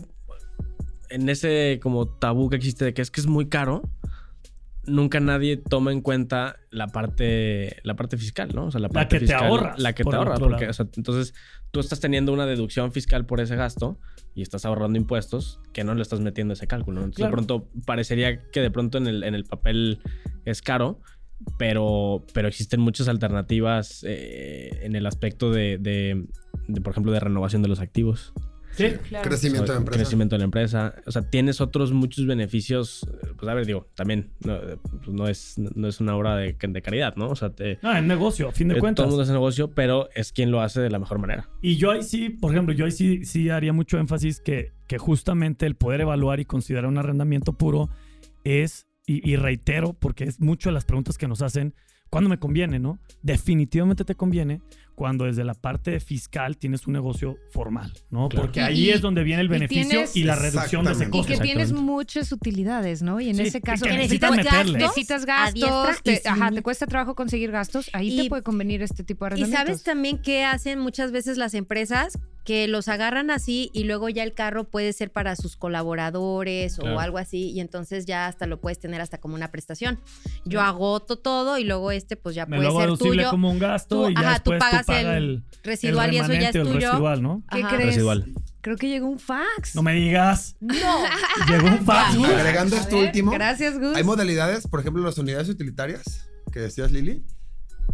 D: en ese como tabú que existe de que es que es muy caro, nunca nadie toma en cuenta la parte, la parte fiscal, ¿no? O sea, la parte
B: que te
D: fiscal,
B: ahorras,
D: La que
B: por
D: te ahorras.
B: otro
D: Porque,
B: lado.
D: o sea, entonces tú estás teniendo una deducción fiscal por ese gasto y estás ahorrando impuestos que no le estás metiendo a ese cálculo. ¿no? Entonces,
B: Claro.
D: de pronto parecería que de pronto en el, en el papel es caro, pero, pero existen muchas alternativas eh, en el aspecto de, de- de, por ejemplo, de renovación de los activos.
B: Sí.
F: Crecimiento
D: O sea,
F: de empresa.
D: Crecimiento de la empresa. O sea, tienes otros muchos beneficios. eh, Pues a ver, digo, también no, eh, pues, no es, no es una obra de, de caridad, ¿no? O sea, te,
B: No, en negocio, a fin de
D: eh, todo
B: cuentas.
D: el mundo hace negocio, pero es quien lo hace de la mejor manera.
B: Y yo ahí sí, por ejemplo, yo ahí sí, sí haría mucho énfasis que, que justamente el poder evaluar y considerar un arrendamiento puro es, y, y reitero, porque es mucho de las preguntas que nos hacen, ¿cuándo me conviene, no? Definitivamente te conviene cuando desde la parte fiscal tienes un negocio formal, ¿no?
D: Claro.
B: Porque
C: Y-
B: ahí
C: y-
B: es donde viene el
C: y
B: beneficio
C: tienes-
B: y la reducción de ese
F: Exactamente.
C: Y
B: costo.
C: que tienes
D: Exactamente.
C: muchas utilidades, ¿no? Y en
B: Sí,
C: ese
B: y
C: caso
B: que
E: necesitas
B: meterle.
E: gastos,
C: necesitas
E: a diestra
C: gastos,
E: y
C: te,
E: sin
C: ajá, te
E: límite.
C: cuesta trabajo conseguir gastos, ahí
E: Y-
C: te puede convenir este tipo de
E: Y
C: arrendamientos.
E: sabes también qué hacen muchas veces las empresas que los agarran así y luego ya el carro puede ser para sus colaboradores
D: Claro.
E: o algo así y entonces ya hasta lo puedes tener hasta como una prestación. Yo agoto todo y luego este pues ya
B: Me
E: puede
B: lo hago
E: ser
B: deducible
E: tuyo.
B: como un gasto
E: Tú-
B: y ya
E: ajá, tú
B: después tú
E: pagas
B: pagas
E: el-
B: el,
E: Residual y eso ya es
B: remanente o el
E: tuyo.
B: residual, ¿no?
C: ¿Qué
E: Ajá.
C: crees?
D: Residual.
C: Creo que llegó un fax.
B: No me digas. No. Llegó un fax. güey.
F: Agregando
C: A
F: esto
C: ver,
F: último,
C: Gracias, Gus.
F: hay modalidades, por ejemplo, las unidades utilitarias que decías, Lili,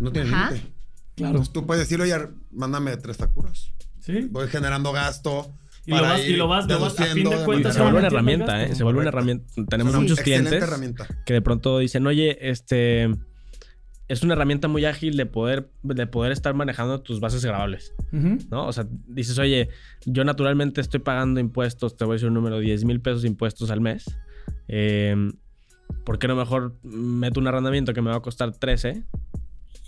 F: no tienen
C: Ajá.
F: límite.
B: Claro.
F: Entonces, tú puedes decir, oye, mándame tres facturas.
B: Sí.
F: Voy generando gasto.
B: Y lo vas- y lo vas- lo vas- a fin de
F: deduciendo
B: cuentas,
D: Se
F: manera-
D: vuelve una
B: Solamente
D: herramienta,
B: pagas,
D: ¿eh? Se vuelve una
F: correcto.
D: herramienta. Tenemos
F: Es una
D: muchos
F: excelente
D: clientes
F: herramienta.
D: que de pronto dicen, oye, este... Es una herramienta muy ágil de poder, de poder estar manejando tus bases grabables.
B: Ujú.
D: ¿no? O sea, dices, oye, yo naturalmente estoy pagando impuestos, te voy a decir un número, 10 mil pesos de impuestos al mes. Eh, ¿Por qué no mejor meto un arrendamiento que me va a costar 13?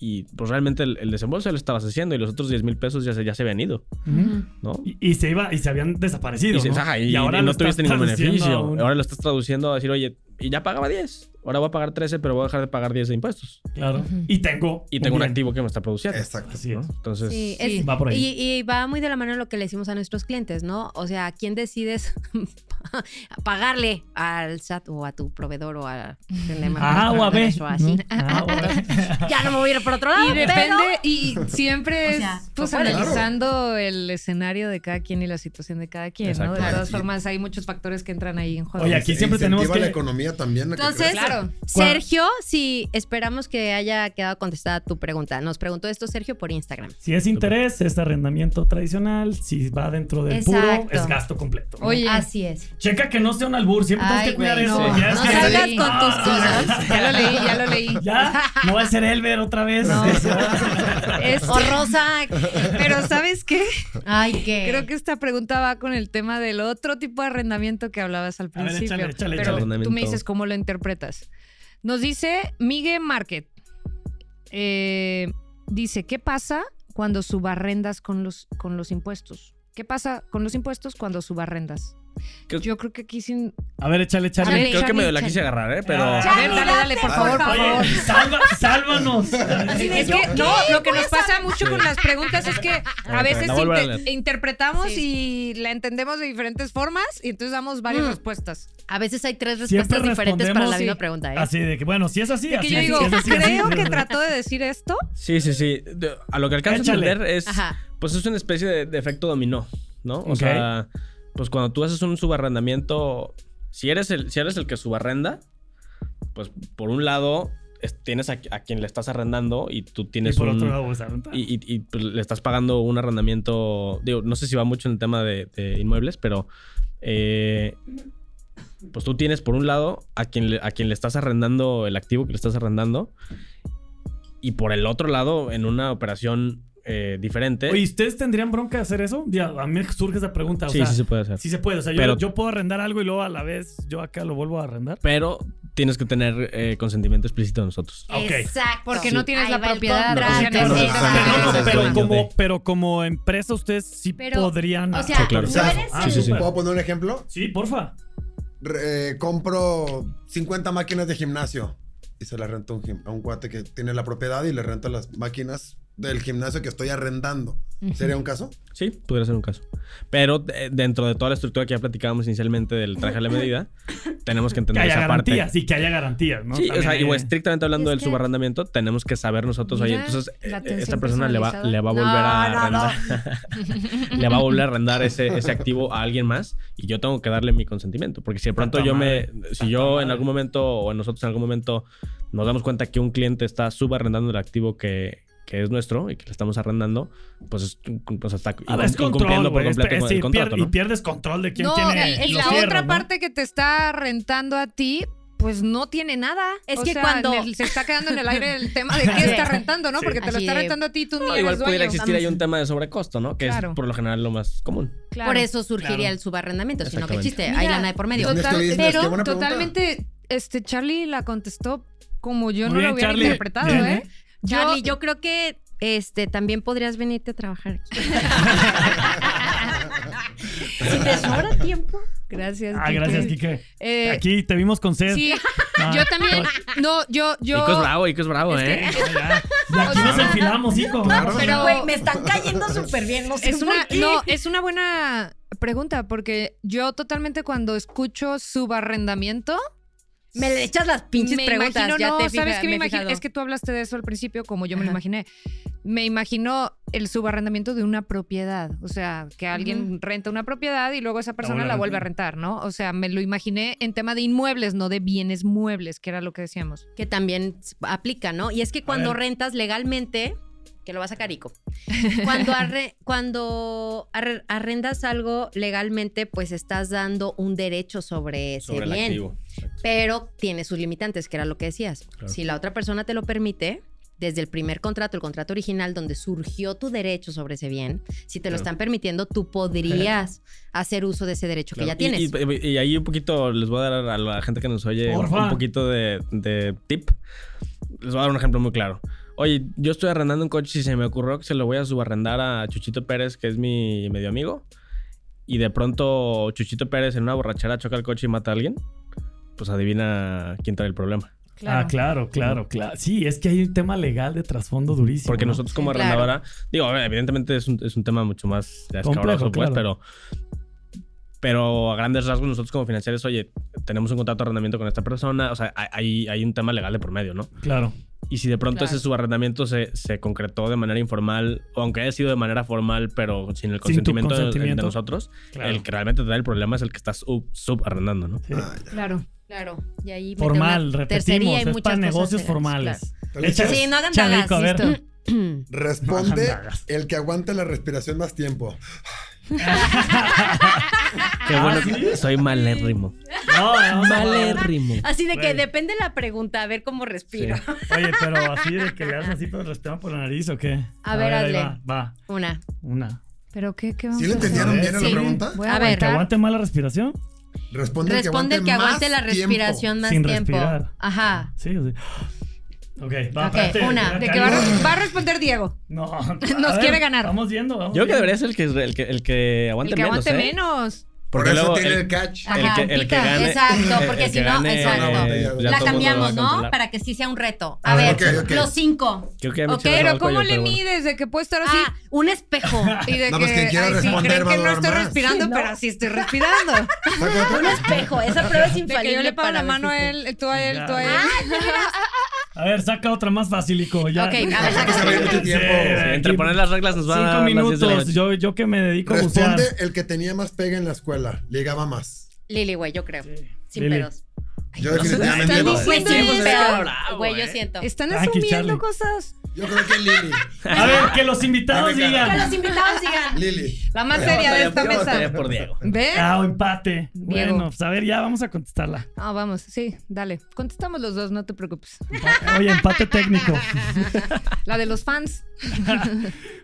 D: Y pues realmente el, el desembolso ya lo estabas haciendo y los otros 10 mil pesos ya se, ya se habían ido,
B: Ujú.
D: ¿no?
B: Y, y se iba, y se habían desaparecido.
D: Y, se-
B: ¿no?
D: ajá, y- y
B: lo
D: no
B: estás
D: tuviste ningún
B: traduciendo
D: beneficio.
B: a un-
D: Ahora lo estás traduciendo a decir, oye, y ya pagaba 10. Ahora voy a pagar 13, pero voy a dejar de pagar 10 de impuestos.
B: Claro.
C: Ujú.
B: Y tengo.
D: Y tengo un,
B: bien.
D: activo que me está produciendo.
F: Exacto.
B: Así
D: ¿no?
B: es.
D: Entonces,
E: Sí,
C: Sí.
E: es-
B: Va por ahí.
E: Y, y va muy de la mano lo que le decimos a nuestros clientes, ¿no? O sea, ¿a quién decides pagarle al SAT o a tu proveedor o a...
B: Ah, o a B.
E: o así?
B: ¿no? Ah, o a B.
E: Ya no me voy a ir por otro lado,
C: Y
E: pero-
C: depende, y siempre
E: O
C: es
E: sea,
C: pues
E: claro.
C: analizando el escenario de cada quien y la situación de cada quien, ¿no?
D: Exacto.
C: De todas
F: Y-
C: formas, hay muchos factores que entran ahí en juego.
B: Oye, aquí siempre tenemos
F: Incentiva la
B: que-
F: economía también. a que
E: Entonces,
F: crezca.
C: Claro.
E: Sergio, si esperamos que haya quedado contestada tu pregunta. Nos preguntó esto Sergio por Instagram.
B: Si es interés, es arrendamiento tradicional. Si va dentro del puro,
E: Exacto.
B: es gasto completo. ¿no?
C: Oye,
E: Así es.
B: Checa que no sea un albur. Siempre tienes
C: Ay,
B: que cuidar
C: güey,
B: eso.
C: no.
B: ya
E: No
B: es que- Ah,
E: salgas
C: Ah, Sí.
E: con tus cosas.
C: ya lo leí, ya lo leí.
B: Ya, no va a ser Elber otra vez.
C: No.
B: Eso.
C: Es-
E: O Rosa.
C: Este, pero ¿sabes qué?
E: Ay, qué.
C: Creo que esta pregunta va con el tema del otro tipo de arrendamiento que hablabas al
B: A ver,
C: principio.
B: échale, échale,
C: pero
D: échale.
C: tú me dices cómo lo interpretas. Nos dice Miguel Market. eh, dice, ¿qué pasa cuando subarrendas con los, con los impuestos? ¿Qué pasa con los impuestos cuando subarrendas?
D: Creo-
C: Yo creo que aquí sin...
B: A ver, échale,
C: A ver,
B: Charlie.
D: creo que
C: Charlie,
D: medio la
C: Charlie.
D: quise agarrar, ¿eh? Pero...
B: Ah.
C: A ver, dale, dale, por
F: dale,
C: favor, por favor.
B: Oye, salva- sálvanos.
C: Es que no, lo que nos pasa mucho con las preguntas es que a
D: ok,
C: veces
D: la vuelvo a
C: inte-
D: leer.
C: interpretamos y la entendemos de diferentes formas y entonces damos varias
E: Mm.
C: respuestas.
E: A veces hay tres
B: Siempre
E: respuestas diferentes para
B: respondemos,
E: la misma
C: sí.
E: pregunta, ¿eh?
B: Así de que, bueno, si es así,
C: De que
B: así
C: yo
B: es,
C: digo,
B: si es así, así
C: creo
B: es.
C: que trató de decir esto.
D: Sí, sí, sí. De- A lo que alcanza a
B: Échale.
D: entender es.
E: Ajá.
D: Pues es una especie de, de efecto dominó, ¿no? O
B: Ok.
D: sea, pues cuando tú haces un subarrendamiento. Si eres el, si eres el que subarrenda, pues por un lado es- tienes a, a quien le estás arrendando y tú
B: Y
D: tienes
B: por
D: un-
B: otro lado, vamos a rentar.
D: y, y- y, pues, le estás pagando un arrendamiento. Digo, no sé si va mucho en el tema de, de inmuebles, pero. eh, pues tú tienes por un lado a quien, le, a quien le estás arrendando el activo que le estás arrendando. Y por el otro lado, en una operación eh, diferente.
B: Oye, ¿ustedes tendrían bronca de hacer eso? Ya, a mí me surge esa pregunta. O
D: sí,
B: sea,
D: sí se puede hacer.
B: sí se puede. O sea, yo-
D: Pero-
B: yo, puedo arrendar algo y luego a la vez yo acá lo vuelvo a arrendar.
D: Pero tienes que tener eh, consentimiento explícito de nosotros.
B: Ok.
E: Exacto.
C: Porque no tienes
E: Ahí
C: la
E: va el
C: propiedad,
E: contrato.
C: o sea,
E: Exacto.
F: necesitas-
B: Pero, no,
F: Ese es
B: pero
D: dueño
B: como,
D: de-
B: pero como empresa, ustedes sí
E: Pero,
B: podrían.
E: O sea,
D: Sí, claro.
F: O
E: no
F: sea,
E: eres
B: ah,
E: el-
B: sí, sí.
F: ¿Puedo poner un ejemplo?
B: sí, porfa.
F: Re- eh, compro 50 máquinas de gimnasio y se las rento a un, gim- a un cuate que tiene la propiedad y le rento las máquinas del gimnasio que estoy arrendando. ¿Sería un caso?
D: Sí, pudiera ser un caso. Pero eh, dentro de toda la estructura que ya platicábamos inicialmente del traje a la medida, tenemos que
B: Que
D: entender
B: haya
D: esa parte.
B: garantías. Sí, que haya garantías, ¿no?
D: sí, o
B: También
D: sea, y,
B: hay-
D: o este, estrictamente hablando
E: Es
D: del
E: que-
D: subarrendamiento, tenemos que saber nosotros, oye,
C: Mira,
D: entonces
C: la
D: eh,
C: atención
D: esta persona le va,
C: personalizada.
D: le va a
E: No,
D: volver a
E: no,
D: arrendar. le va a volver a arrendar ese, ese activo a alguien más y yo tengo que darle mi consentimiento. Porque si de pronto
B: Tanta
D: yo
B: madre,
D: me.
B: tanta
D: Si yo en
B: madre.
D: algún momento o nosotros en algún momento nos damos cuenta que un cliente está subarrendando el activo que, que es nuestro y que le estamos arrendando, pues, es- pues está
B: Ah, es control,
D: incumpliendo por
B: güey, es-
D: completo
B: sí,
D: el contrato.
B: pier-
D: ¿no?
B: Y pierdes control de quién
C: No,
B: tiene.
C: y, y
B: lo
C: la
B: cierra,
C: otra
B: ¿no?
C: parte que te está rentando a ti, pues no tiene nada.
E: Es
C: O
E: que
C: sea,
E: cuando-
C: en el- se está quedando en el aire el tema de qué
E: Sí.
C: está rentando, ¿no?
B: Sí.
C: Porque te lo
E: Así
C: está
E: de-
C: rentando a ti y tú ni
D: No,
C: eres
D: igual
C: dueño.
D: pudiera existir ahí un tema de sobrecosto, ¿no? Que
C: Claro.
D: es por lo general lo más común.
C: Claro.
E: Por eso surgiría
B: Claro.
E: el subarrendamiento, sino que
D: Exactamente.
E: existe, hay
C: Mira,
E: lana de por medio.
F: Business to
C: Total-
F: business,
E: pero
F: qué buena pregunta.
C: Totalmente, este Charlie la contestó como yo
B: Muy
C: no
B: bien,
C: lo hubiera
B: Charlie.
C: interpretado,
B: Bien,
C: ¿eh?
E: Charlie, yo creo que este también podrías venirte a trabajar aquí. si te sobra tiempo.
C: Gracias.
B: Ah,
C: Kike.
B: gracias, Kike.
C: Eh,
B: Aquí te vimos con sed.
C: Sí,
B: Ah,
C: yo también. No, yo, yo.
D: Ico es bravo, Ico es bravo, ¿eh?
B: no, ya. De aquí
C: O
B: nos
C: sea,
B: enfilamos, hijo.
F: claro.
C: Pero-
G: Güey, me están cayendo súper bien. No sé
C: Es
G: por
C: una,
G: qué.
C: no, es una buena pregunta porque yo totalmente cuando escucho subarrendamiento,
E: Me le echas las pinches
C: me
E: preguntas.
C: imagino,
E: ya
C: no,
E: te fija-
C: ¿sabes qué me
E: he
C: imagino?
E: fijado.
C: Es que tú hablaste de eso al principio como yo me lo
E: Ajá.
C: imaginé. Me imagino el subarrendamiento de una propiedad, o sea, que alguien renta una propiedad y luego esa persona
B: vuelve a
C: la vuelve a rentar, ¿no? O sea, me lo imaginé en tema de inmuebles, no de bienes muebles, que era lo que decíamos.
E: que también s- aplica, ¿no? Y es que cuando
B: ver.
E: rentas legalmente, que lo vas a carico, cuando, arre- cuando arre- arrendas algo legalmente, pues estás dando un derecho sobre ese
D: sobre el
E: bien,
D: activo.
E: pero tiene sus limitantes, que era lo que decías.
D: Claro.
E: Si la otra persona te lo permite, desde el primer contrato, el contrato original donde surgió tu derecho sobre ese bien, si te lo
D: Claro.
E: están permitiendo, tú podrías hacer uso de ese derecho que
D: Claro.
E: ya tienes.
D: Y, y- y ahí un poquito les voy a dar a la gente que nos oye un-
B: Porfa.
D: un poquito de, de tip. Les voy a dar un ejemplo muy claro. Oye, yo estoy arrendando un coche y se me ocurrió que se lo voy a subarrendar a Chuchito Pérez, que es mi medio amigo. Y de pronto Chuchito Pérez en una borrachera choca el coche y mata a alguien. Pues adivina quién trae el problema.
B: Ah, claro, claro, claro. Sí, es que hay un tema legal de trasfondo durísimo.
D: Porque
B: ¿no?
D: nosotros como
E: Sí, claro.
D: arrendadora, digo, a ver, evidentemente es un, es un tema mucho más
B: Complejo,
D: escabroso, pues,
B: claro.
D: pero, pero a grandes rasgos nosotros como financieros, oye, tenemos un contrato de arrendamiento con esta persona, o sea, hay, hay un tema legal de por medio, ¿no?
B: Claro.
D: Y si de pronto
C: Claro.
D: ese subarrendamiento se, se concretó de manera informal, o aunque haya sido de manera formal, pero sin el
B: tu
D: consentimiento, de-
B: consentimiento.
D: de nosotros,
B: claro.
D: el que realmente te da el problema es el que estás sub- subarrendando, ¿no?
B: Sí.
F: Ah,
C: Claro.
E: Claro, y ahí mete
B: Formal,
E: una
B: repetimos,
E: tercería y
B: es
E: muchas
B: para
E: cosas
B: negocios
E: legales,
B: formales.
F: Entonces,
B: Échale.
E: Sí, no hagan
B: Chavico, a
E: dagas,
B: ver.
E: listo. claro.
F: Responde
B: Andagas.
F: el que aguante la respiración más tiempo.
D: Qué bueno, que Ah, soy malérrimo.
E: Ah.
B: No, vamos a-
D: Malérrimo.
E: Así de que
B: Güey.
E: depende la pregunta, a ver cómo respiro.
D: Sí.
B: Oye, pero así de que le das así pero respiran por la nariz o qué?
E: A ver,
B: ahí Va,
E: hazle.
B: va,
E: Una.
B: una.
C: Pero qué, qué vamos
F: ¿Sí le
C: a hacer?
F: entendieron bien a la
E: Sí.
F: pregunta?
C: Voy a,
E: A ver.
B: ¿Que
C: aguantar.
B: aguante mal la respiración?
F: Responde,
E: Responde el que aguante la
F: más tiempo.
E: respiración más
B: Sin
E: tiempo.
B: respirar.
E: Ajá.
B: Sí, sí. Ok, va,
E: Ok,
B: espérate,
E: una.
C: De
B: espérate,
C: que va a,
B: ahí
C: res- va a responder Diego.
B: No.
C: Nos
B: a
C: quiere ganar.
B: Vamos viendo, vamos.
D: Yo creo que
B: viendo.
D: debería ser el que, el que, el que aguante
C: el que
D: menos,
C: aguante
D: ¿eh?
C: menos.
F: Por
D: Porque
F: eso
D: luego
F: tiene
D: el-
F: el catch.
E: Ah, Ajá,
D: el que, el que
E: pica.
D: gane.
E: Exacto,
D: el- el
E: porque
D: que
E: si no, exacto.
D: eh, ya todo el mundo
E: La
D: lo va a
E: cambiamos, ¿no?
D: controlar.
E: Para que sí sea un reto.
B: A
E: A
B: ver,
E: ver,
F: ok, ok.
E: los cinco.
D: Creo que ya me
E: Ok,
D: eché
E: Pero
C: Pero
D: alcohol,
C: ¿cómo
D: yo,
C: le
D: pero bueno.
C: mides de que puede estar así?
E: Ah, un espejo.
C: Y de
F: No,
C: que,
F: pues, quien quiera
C: ay, sí,
F: responder
C: creen
F: va a
C: que no
F: durar
C: estoy
F: más.
C: respirando,
G: Sí, ¿no?
C: pero sí estoy respirando.
F: ¿Saca otra?
E: Un espejo. Esa prueba es
C: De que
E: infalible.
C: yo le pago
E: para
C: la
E: ver
C: mano
E: si
C: a
E: sí.
C: él, tú a él, tú a él.
B: Ya. A ver, saca otra más fácil, Ico. Ya.
E: Ok,
B: Sí,
E: a ver,
F: Tampoco se ve mucho tiempo.
B: aquí
D: Eh, Entre poner las reglas nos va a
B: Cinco
D: dar las diez de la
B: minutos.
D: noche.
B: Yo, yo que me dedico a bucear.
F: Responde el que tenía más pega en la escuela. Llegaba más.
E: Lili, güey, yo creo.
B: Sí.
E: Sin
B: Lili.
E: pedos.
F: Yo
D: no sé,
F: definitivamente no.
D: estás
E: Güey, sin
C: eso.
E: pedos. Güey, yo siento.
C: Están
B: Tranqui,
C: asumiendo
B: Charlie.
C: cosas.
F: Yo creo que Lili.
B: A ver, que los invitados
F: Dame cara.
E: Que
B: digan.
E: los invitados digan.
F: Lili.
C: La más
D: Yo
C: seria
D: votaría-
C: de esta
D: yo votaría
C: mesa.
D: por Diego.
C: ¿Ve?
B: Ah, o empate.
C: Diego.
B: Bueno, pues a ver, ya vamos a contestarla.
C: Ah, vamos, sí, dale. Contestamos los dos, no te preocupes.
B: Empa- Oye, empate técnico.
C: La de los fans.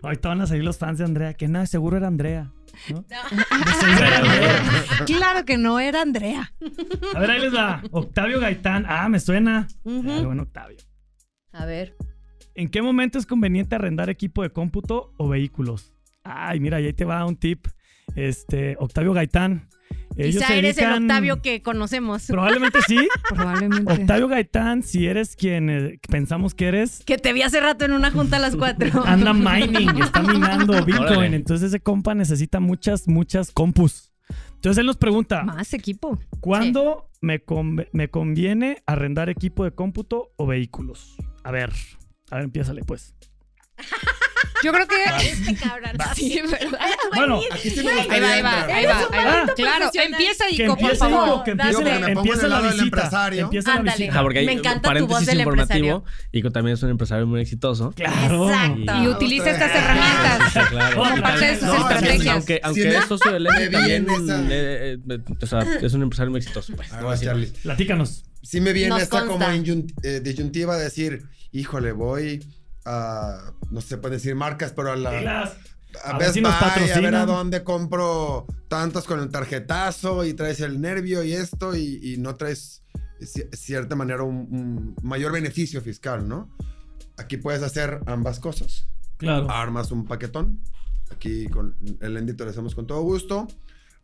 B: Ahorita van a salir los fans de Andrea, que no, de seguro era Andrea. ¿no? De seguro era Andrea.
C: Claro que no era Andrea.
B: A ver, ahí les va. Octavio Gaitán. Ah, me suena. Ah, bueno, Octavio.
E: A ver.
B: ¿En qué momento es conveniente arrendar equipo de cómputo o vehículos? Ay, mira, y ahí te va un tip. Este, Octavio Gaitán. Ellos
E: Quizá
B: se
E: eres el
B: dedican-
E: Octavio que conocemos.
B: Probablemente sí.
C: Probablemente.
B: Octavio Gaitán, si eres quien eh, pensamos que eres,
E: Que te vi hace rato en una junta a las cuatro.
B: anda mining, está minando Bitcoin.
D: Órale.
B: Entonces ese compa necesita muchas, muchas compus. Entonces él nos pregunta,
C: Más equipo.
B: ¿cuándo me, conv- me conviene arrendar equipo de cómputo o vehículos? A ver, a ver, empiézale pues.
C: Yo creo que.
E: Este cabrón.
C: Sí, ¿verdad?
E: Ah,
B: Bueno,
F: Aquí sí me
C: Ahí
F: gustaría
C: va, ahí va,
F: entrar.
C: ahí va.
E: un
C: ahí va.
B: maldito
C: Claro,
E: profesional.
C: empieza
B: que
C: Ico, por
B: empiece,
E: Ico.
C: favor.
B: hijo, que empiece,
E: Yo que me
B: la,
F: pongo
B: empiece
F: del
B: la
F: lado del
B: visita.
F: empresario.
B: Empieza la
E: Ándale.
B: visita.
D: Ajá, porque hay
E: Me
D: un
E: encanta tu
D: paréntesis
E: voz del
D: informativo. Ico también es un empresario muy exitoso.
B: Claro.
E: Exacto.
C: Y utiliza estas
F: Ah, Otra.
C: herramientas.
D: Sí, claro.
B: Como
D: Y
B: parte de
D: también-
B: sus
D: no,
F: estrategias.
D: Aunque, aunque
F: Si me-
D: es socio del
F: me
D: ENE, también
F: viene esa-
D: eh, eh, eh, o sea, es un empresario muy exitoso. pues.
F: Ahí va, Charlie.
B: Platícanos.
F: Sí me viene
E: Nos
F: esta como
E: consta.
F: inyun- eh, disyuntiva de decir, híjole, voy a, no se pueden decir marcas, pero a la...
B: Telas.
F: A,
B: A ver
F: Best
B: si nos
F: Buy, a ver a
B: patrocinan.
F: dónde compro tantos con el tarjetazo y traes el nervio y esto y, y no traes ci- cierta manera un, un mayor beneficio fiscal, ¿no? Aquí puedes hacer ambas cosas.
B: Claro.
F: Armas un paquetón. Aquí con el Endito lo hacemos con todo gusto.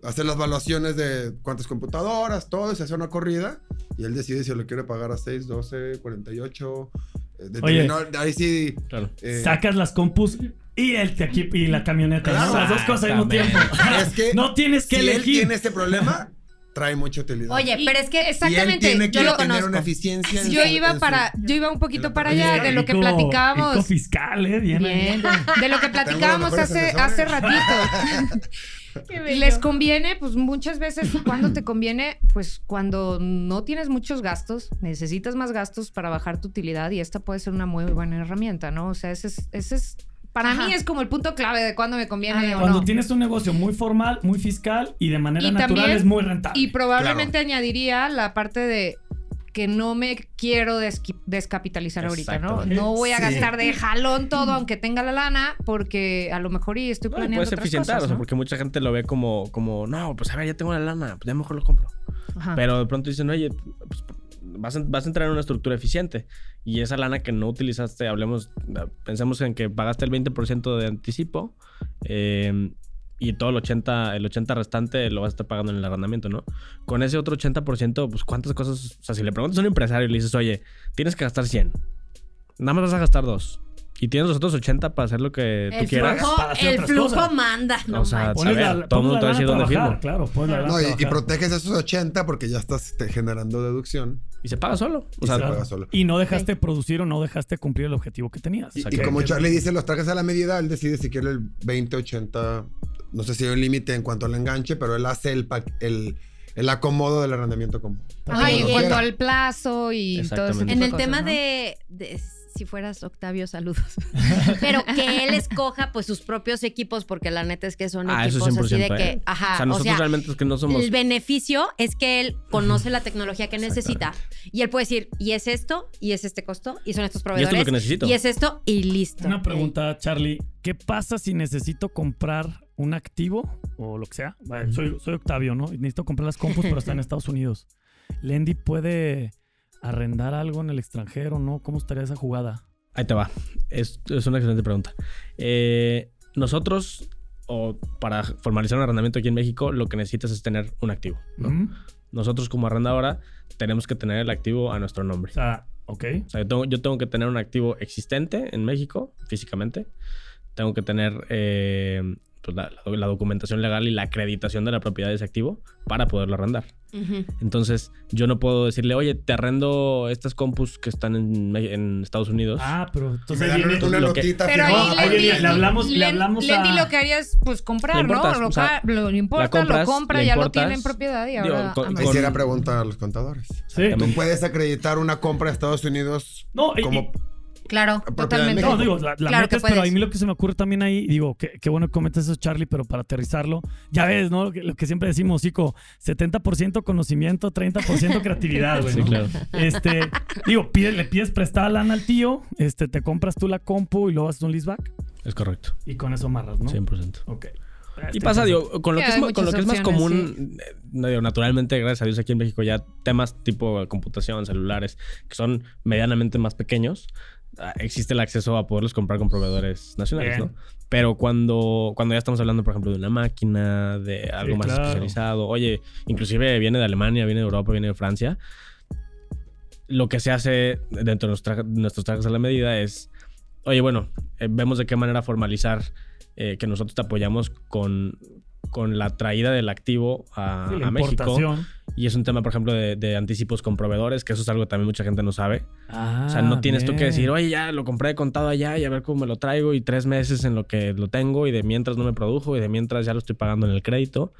F: Hacer las valuaciones de cuántas computadoras, todo, y se hace una corrida. Y él decide si lo quiere pagar a 6, 12, 48, eh, determinado- ahí sí.
D: Claro.
F: eh,
B: Sacas las compus y, el te- aquí- y la camioneta. ¿no?
F: Claro.
B: Las dos cosas al mismo tiempo.
F: es que
B: no tienes que
F: si él
B: elegir.
F: tiene este problema, trae mucha utilidad.
E: Oye,
C: Y-
E: pero es que
F: y él
E: exactamente,
F: tiene que
E: yo lo
F: tener
E: conozco.
F: una eficiencia. en
C: Yo
F: su- en
C: iba
F: su-
C: para, yo iba un poquito para
F: Oye,
C: allá de lo que platicábamos.
B: fiscal, ¿eh? Bien ahí.
C: Bien. De lo que platicábamos
F: mejores
C: hace,
F: asesores.
C: hace ratito. Les conviene, pues muchas veces cuando te conviene, pues cuando no tienes muchos gastos, necesitas más gastos para bajar tu utilidad y esta puede ser una muy buena herramienta, ¿no? O sea, ese es, ese es para
E: Ajá.
C: mí es como el punto clave de cuando me
E: A
C: conviene
E: ver.
C: o
B: Cuando
C: no.
B: tienes un negocio muy formal, muy fiscal y de manera
C: Y
B: natural
C: también-
B: es muy rentable.
C: Y probablemente añadiría la parte de que no me quiero desqui- descapitalizar ahorita, ¿no?
D: Exactamente.
C: No voy a
F: Sí.
C: gastar de jalón todo, aunque tenga la lana, porque a lo mejor y estoy
D: No, y
C: planeando
D: puedes
C: otras
D: eficientar,
C: cosas,
D: o sea,
C: ¿no?
D: porque mucha gente lo ve como, como, no, pues a ver, ya tengo la lana, pues ya mejor lo compro.
C: Ajá.
D: Pero de pronto dicen, oye, pues, vas, a, vas a entrar en una estructura eficiente. Y esa lana que no utilizaste, hablemos, pensemos en que pagaste el 20% de anticipo eh, y todo el 80%, el 80 restante lo vas a estar pagando en el arrendamiento, ¿no? Con ese otro 80%, pues cuántas cosas, o sea, si le preguntas a un empresario y le dices, oye, tienes que gastar 100, nada más vas a gastar 2. Y tienes los otros 80 para hacer lo que tú
E: el
D: quieras.
E: flujo,
B: para hacer
E: el
B: otras
E: flujo
B: cosas.
E: manda. No
D: O sea,
E: manches.
B: Pones
D: saber,
B: la-
D: todo el
B: pones
D: mundo
B: la
D: te va a decir
B: lana
D: dónde
B: trabajar,
D: firmo.
B: Claro, pones la lana
F: No, y- y,
B: trabajar.
F: proteges esos 80 porque ya estás te, generando deducción.
D: Y se paga solo.
F: Y
D: O sea,
F: se paga solo.
B: Y no dejaste producir o no dejaste cumplir el objetivo que tenías.
F: Y,
D: sea,
F: y
D: que-
F: como Charlie dice, los trajes a la medida, él decide si quiere el 20, 80, no sé si hay un límite en cuanto al enganche, pero él hace el, pa- el, el acomodo del arrendamiento común.
C: Ajá, y en
E: Como
C: cuanto
F: quiera.
C: al plazo y todo ese
D: Exactamente.
C: tipo
E: En
C: de
E: el
C: cosas,
E: tema
C: ¿no?
E: de, de- si fueras Octavio, saludos. Pero que él escoja pues sus propios equipos, porque la neta es que son
D: Ah, eso
E: equipos así de
D: 100%,
E: que,
D: ¿eh?
E: ajá,
D: o sea, nosotros realmente es que no somos.
E: el beneficio es que él conoce la tecnología que necesita y él puede decir, y es esto, y es este costo, y son estos
D: Y esto es lo
E: proveedores,
D: que necesito.
E: y es esto, y listo.
B: Una pregunta, Charlie. ¿Qué pasa si necesito comprar un activo o lo que sea? Vale, soy, soy Octavio, ¿no? Y Necesito comprar las compus, pero está en Estados Unidos. ¿Lendy puede arrendar algo en el extranjero, no? ¿Cómo estaría esa jugada?
D: Ahí te va. Es, es una excelente pregunta. Eh, nosotros, o para formalizar un arrendamiento aquí en México, lo que necesitas es tener un activo. ¿no?
B: Ujú.
D: Nosotros, como arrendadora, tenemos que tener el activo a nuestro nombre.
B: O sea, ok.
D: O sea, yo tengo, yo tengo que tener un activo existente en México, físicamente. Tengo que tener eh, pues, la, la- la documentación legal y la acreditación de la propiedad de ese activo para poderlo arrendar.
E: Eh, Ujú.
D: Entonces, yo no puedo decirle, oye, te arrendo estas compus que están en, Me- en Estados Unidos.
B: Ah, pero
F: Y me
B: entonces
F: dan
B: viene-
F: una
D: lo que-
F: notita
C: Pero
B: No,
C: ahí
F: firmada.
B: oye,
C: Lendy,
B: le- le hablamos- le
C: Len-
B: hablamos
C: Lendy
B: a-
C: lo que haría es pues comprar,
D: Le importas,
C: ¿no? Lo,
D: o sea,
C: ca- lo importa,
D: la compras,
C: lo compra,
D: le
C: ya
D: importas.
C: lo tiene en propiedad y
D: Digo,
C: ahora
D: con-
C: ama.
F: Me
D: con-
F: hiciera pregunta a los contadores.
B: Sí.
F: ¿Tú puedes acreditar una compra de Estados Unidos
B: No, y-
F: como
B: y-
E: Claro.
F: propiedad de
C: totalmente.
B: No,
F: Ah, México?
B: digo, la, la
E: Claro
B: meta
E: que
B: es, pero a
E: puedes.
B: mí lo que se me ocurre también ahí, digo, qué, qué bueno que comentas eso, Charlie, pero para aterrizarlo, ya ves, ¿no? Lo que, lo que siempre decimos, chico, 70% conocimiento, 30% creatividad, güey.
D: Sí,
B: ¿no?
D: claro.
B: Este, digo, pide- le pides prestada lana al tío, este, te compras tú la compu y luego haces un leaseback
D: Es correcto.
B: y con eso amarras, ¿no?
D: 100%.
B: Ok.
D: Y
B: Este,
D: pasa,
B: pues,
D: digo, con lo
C: Sí,
D: que, es,
C: hay
D: ma- con lo
C: muchas
D: que es más
C: opciones,
D: común, eh, no, digo, naturalmente, gracias a Dios, aquí en México ya temas tipo computación, celulares, que son medianamente más pequeños, ah, existe el acceso a poderlos comprar con proveedores nacionales,
B: Bien.
D: ¿no? Pero cuando, cuando ya estamos hablando, por ejemplo, de una máquina, de algo más
B: claro.
D: especializado, oye, inclusive viene de Alemania, viene de Europa, viene de Francia, lo que se hace dentro de los tra- nuestros trajes a la medida es, oye, bueno, eh, vemos de qué manera formalizar eh, que nosotros te apoyamos con, con la traída del activo a,
B: sí, la
D: a México.
B: importación.
D: Y es un tema, por ejemplo, de, de anticipos con proveedores, que eso es algo que también mucha gente no sabe.
B: Ah,
D: o sea, no tienes tú que
B: bien.
D: decir, oye, ya lo compré de contado allá y a ver cómo me lo traigo y tres meses en lo que lo tengo y de mientras no me produjo y de mientras ya lo estoy pagando en el crédito.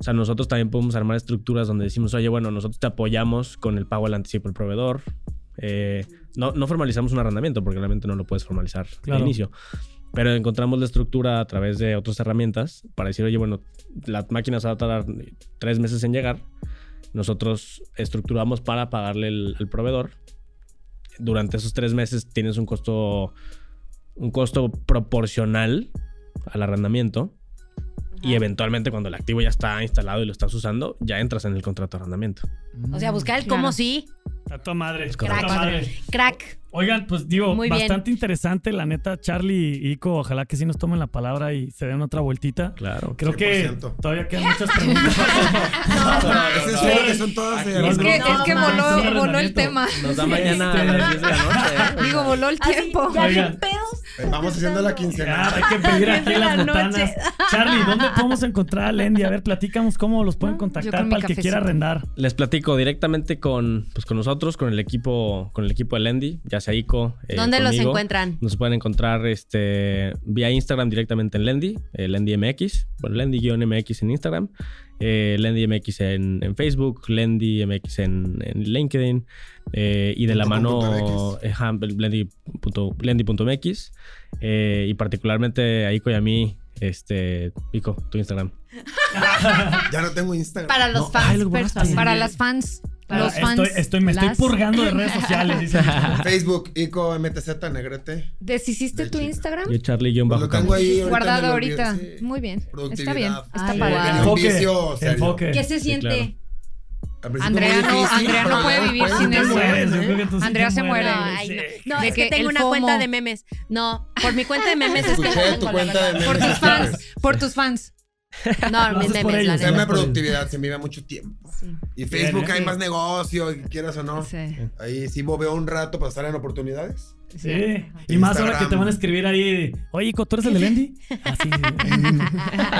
D: O sea, nosotros también podemos armar estructuras donde decimos, oye, bueno, nosotros te apoyamos con el pago al anticipo del proveedor. Eh, no, no formalizamos un arrendamiento porque realmente no lo puedes formalizar
B: Claro.
D: al inicio. Pero encontramos la estructura a través de otras herramientas para decir, oye, bueno, la máquina se va a tardar tres meses en llegar. Nosotros estructuramos para pagarle el, al proveedor. Durante esos tres meses tienes un costo, un costo proporcional al arrendamiento. Y eventualmente cuando el activo ya está instalado y lo estás usando, ya entras en el contrato de arrendamiento.
E: O sea, buscar el
C: Claro.
E: cómo sí,
B: A tu madre. A
E: correcto.
B: tu madre.
E: Crack.
D: Eh,
B: Oigan, pues digo,
E: Muy bien.
B: bastante interesante, la neta, Charlie y Ico. Ojalá que sí nos tomen la palabra y se den otra vueltita.
D: Claro.
B: Creo que
F: 100%.
B: todavía quedan muchas preguntas.
F: Es en serio que son todas de
C: Es que,
F: Armando.
C: es que
E: No,
C: voló,
B: manches.
C: voló el tema.
D: Nos da mañana a las 10 de la noche. ¿eh? O
C: Digo,
D: sea,
C: voló el
G: Así,
C: tiempo.
G: ya
B: Oigan.
G: sin pedos.
F: Vamos haciendo la
B: Ya,
F: quincena.
B: hay que pedir aquí en
E: Viendo
B: las
E: la
B: botanas.
E: noche.
B: Charlie, ¿dónde podemos encontrar a Lendi? A ver, platicamos cómo los pueden
C: No, yo
B: contactar
C: con mi
B: para el que quiera
C: cafecito.
B: arrendar.
D: Les platico directamente con, pues, con nosotros, con el equipo, con el equipo de Lendi, ya sea Ico. eh,
E: ¿Dónde los
D: conmigo.
E: encuentran?
D: Nos pueden encontrar este, vía Instagram directamente en Lendi, eh, LendyMX, bueno, Lendi-MX en Instagram, eh, LendyMX en, en Facebook, LendyMX en, en LinkedIn, eh, y de la
F: Punto com
D: mano
F: punto
D: ajá, Lendi punto- Lendi.mx, eh, y particularmente a Ico y a mí, este, Ico, tu Instagram.
F: Ya no tengo Instagram.
E: Para los fans. personas.
C: Para las fans.
B: Ah,
C: Los fans.
B: estoy, estoy- me estoy
C: las-
B: purgando de redes sociales. dice.
F: Facebook, Ico, MTZ, Negrete.
C: ¿Deshiciste
F: De
C: tu
F: chica.
C: Instagram?
E: Ah.
D: Yo,
F: Pues
D: Charlie-Bajo.
F: lo tengo ahí. ahorita
C: Guardado
F: me lo olvidé,
C: ahorita.
F: sí.
C: Muy bien. Está
F: Productividad.
C: bien. Está
E: Ay,
C: padre.
E: wow.
F: un
B: enfoque.
F: vicio serio.
B: enfoque.
E: ¿Qué se siente?
D: claro.
F: Al principio
C: Andrea
F: muy
C: no-
F: difícil,
C: Andrea no
F: pero
C: puede
F: ya
C: vivir
F: después
C: sin
F: te
C: eso.
F: mueres,
B: Yo creo
F: ¿eh?
B: que tú sí
C: Andrea
B: te
C: se
E: No,
B: mueres.
C: muere.
E: ay, no.
B: Sí.
E: No,
C: De
E: es
C: que
E: que tengo
C: el
E: una cuenta
C: FOMO.
E: de memes. No, por mi cuenta de memes es que no
F: Escuché
E: tengo,
F: tu
E: la
F: cuenta de
E: verdad.
C: Por tus
D: este,
F: memes.
C: fans. Por tus fans.
E: No,
B: Lo
E: mis
B: haces por
E: memes, la
B: ellos.
F: El tema
E: neta.
F: de productividad se vive mucho tiempo.
E: Sí.
F: Y Facebook
B: Bien, ¿eh?
F: hay más negocio, y quieras o no.
C: Sí.
F: Ahí sí bobeo un rato para estar en oportunidades.
B: Sí. Y
F: Instagram.
B: más ahora que te van a escribir ahí, oye, Ico, ¿tú eres el de Lendi? Así.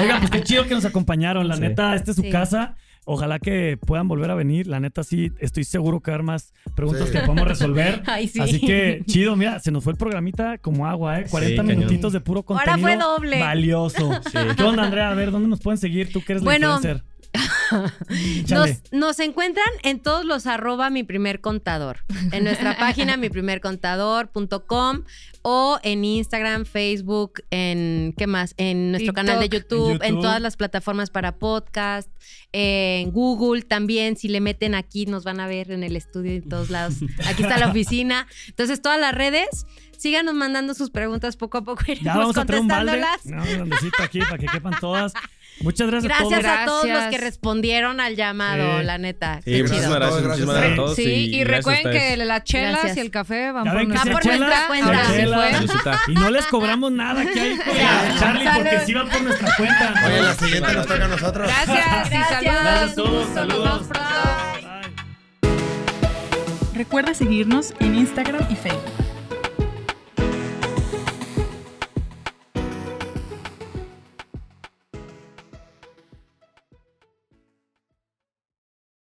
B: Oiga, pues qué chido que nos acompañaron. La
D: Sí.
B: neta, esta es su
E: Sí.
B: casa. Ojalá que puedan volver a venir. La neta, sí, estoy seguro que va a haber más preguntas
F: Sí.
B: que podemos resolver.
E: Ay, sí.
B: Así que, chido, mira, se nos fue el programita como agua, ¿eh? 40
D: cañón.
B: minutitos de puro
E: Ahora
B: contenido.
E: fue doble.
B: Valioso. ¿Qué onda, Andrea? A ver, ¿dónde nos pueden seguir? Tú que eres
E: Bueno,
B: la influencer.
E: Nos,
B: Chale.
E: nos encuentran en todos los arroba mi primer contador. En nuestra página mi primer contador.com o en Instagram, Facebook, en ¿qué más? En nuestro
C: TikTok.
E: canal de YouTube, en,
B: En YouTube.
E: todas las plataformas para podcast, en Google también. Si le meten aquí, nos van a ver en el estudio en todos lados. Aquí está la oficina. Entonces, todas las redes, síganos mandando sus preguntas poco a poco. Iremos
B: Ya vamos a traer un balde.
E: contestándolas.
B: No, un baldecito aquí para que quepan todas. Muchas gracias, a todos.
E: Gracias a todos los
C: Gracias.
E: que respondieron al llamado,
B: Sí.
E: la neta.
D: Sí,
E: Qué
D: muchísimas
E: chido.
D: gracias,
F: Gracias a
B: gracias.
F: todos,
D: muchísimas gracias a todos.
C: Sí, y recuerden que las chelas
E: Gracias.
C: y el café van
B: Ya
C: por
B: ven que
E: Va
B: si
C: nuestra
B: hay
E: por nuestra
B: chela,
E: cuenta.
B: si hay chela.
C: Sí
D: Felicita.
B: Y no les cobramos nada que hay con Charlie porque sí van por nuestra cuenta.
F: Oye, la siguiente nos toca a nosotros.
C: Gracias y
E: Gracias.
C: saludos.
E: Gracias a
B: todos,
C: Nos vemos
B: saludos.
C: pronto.
B: Bye.
A: Recuerda seguirnos en Instagram y Facebook.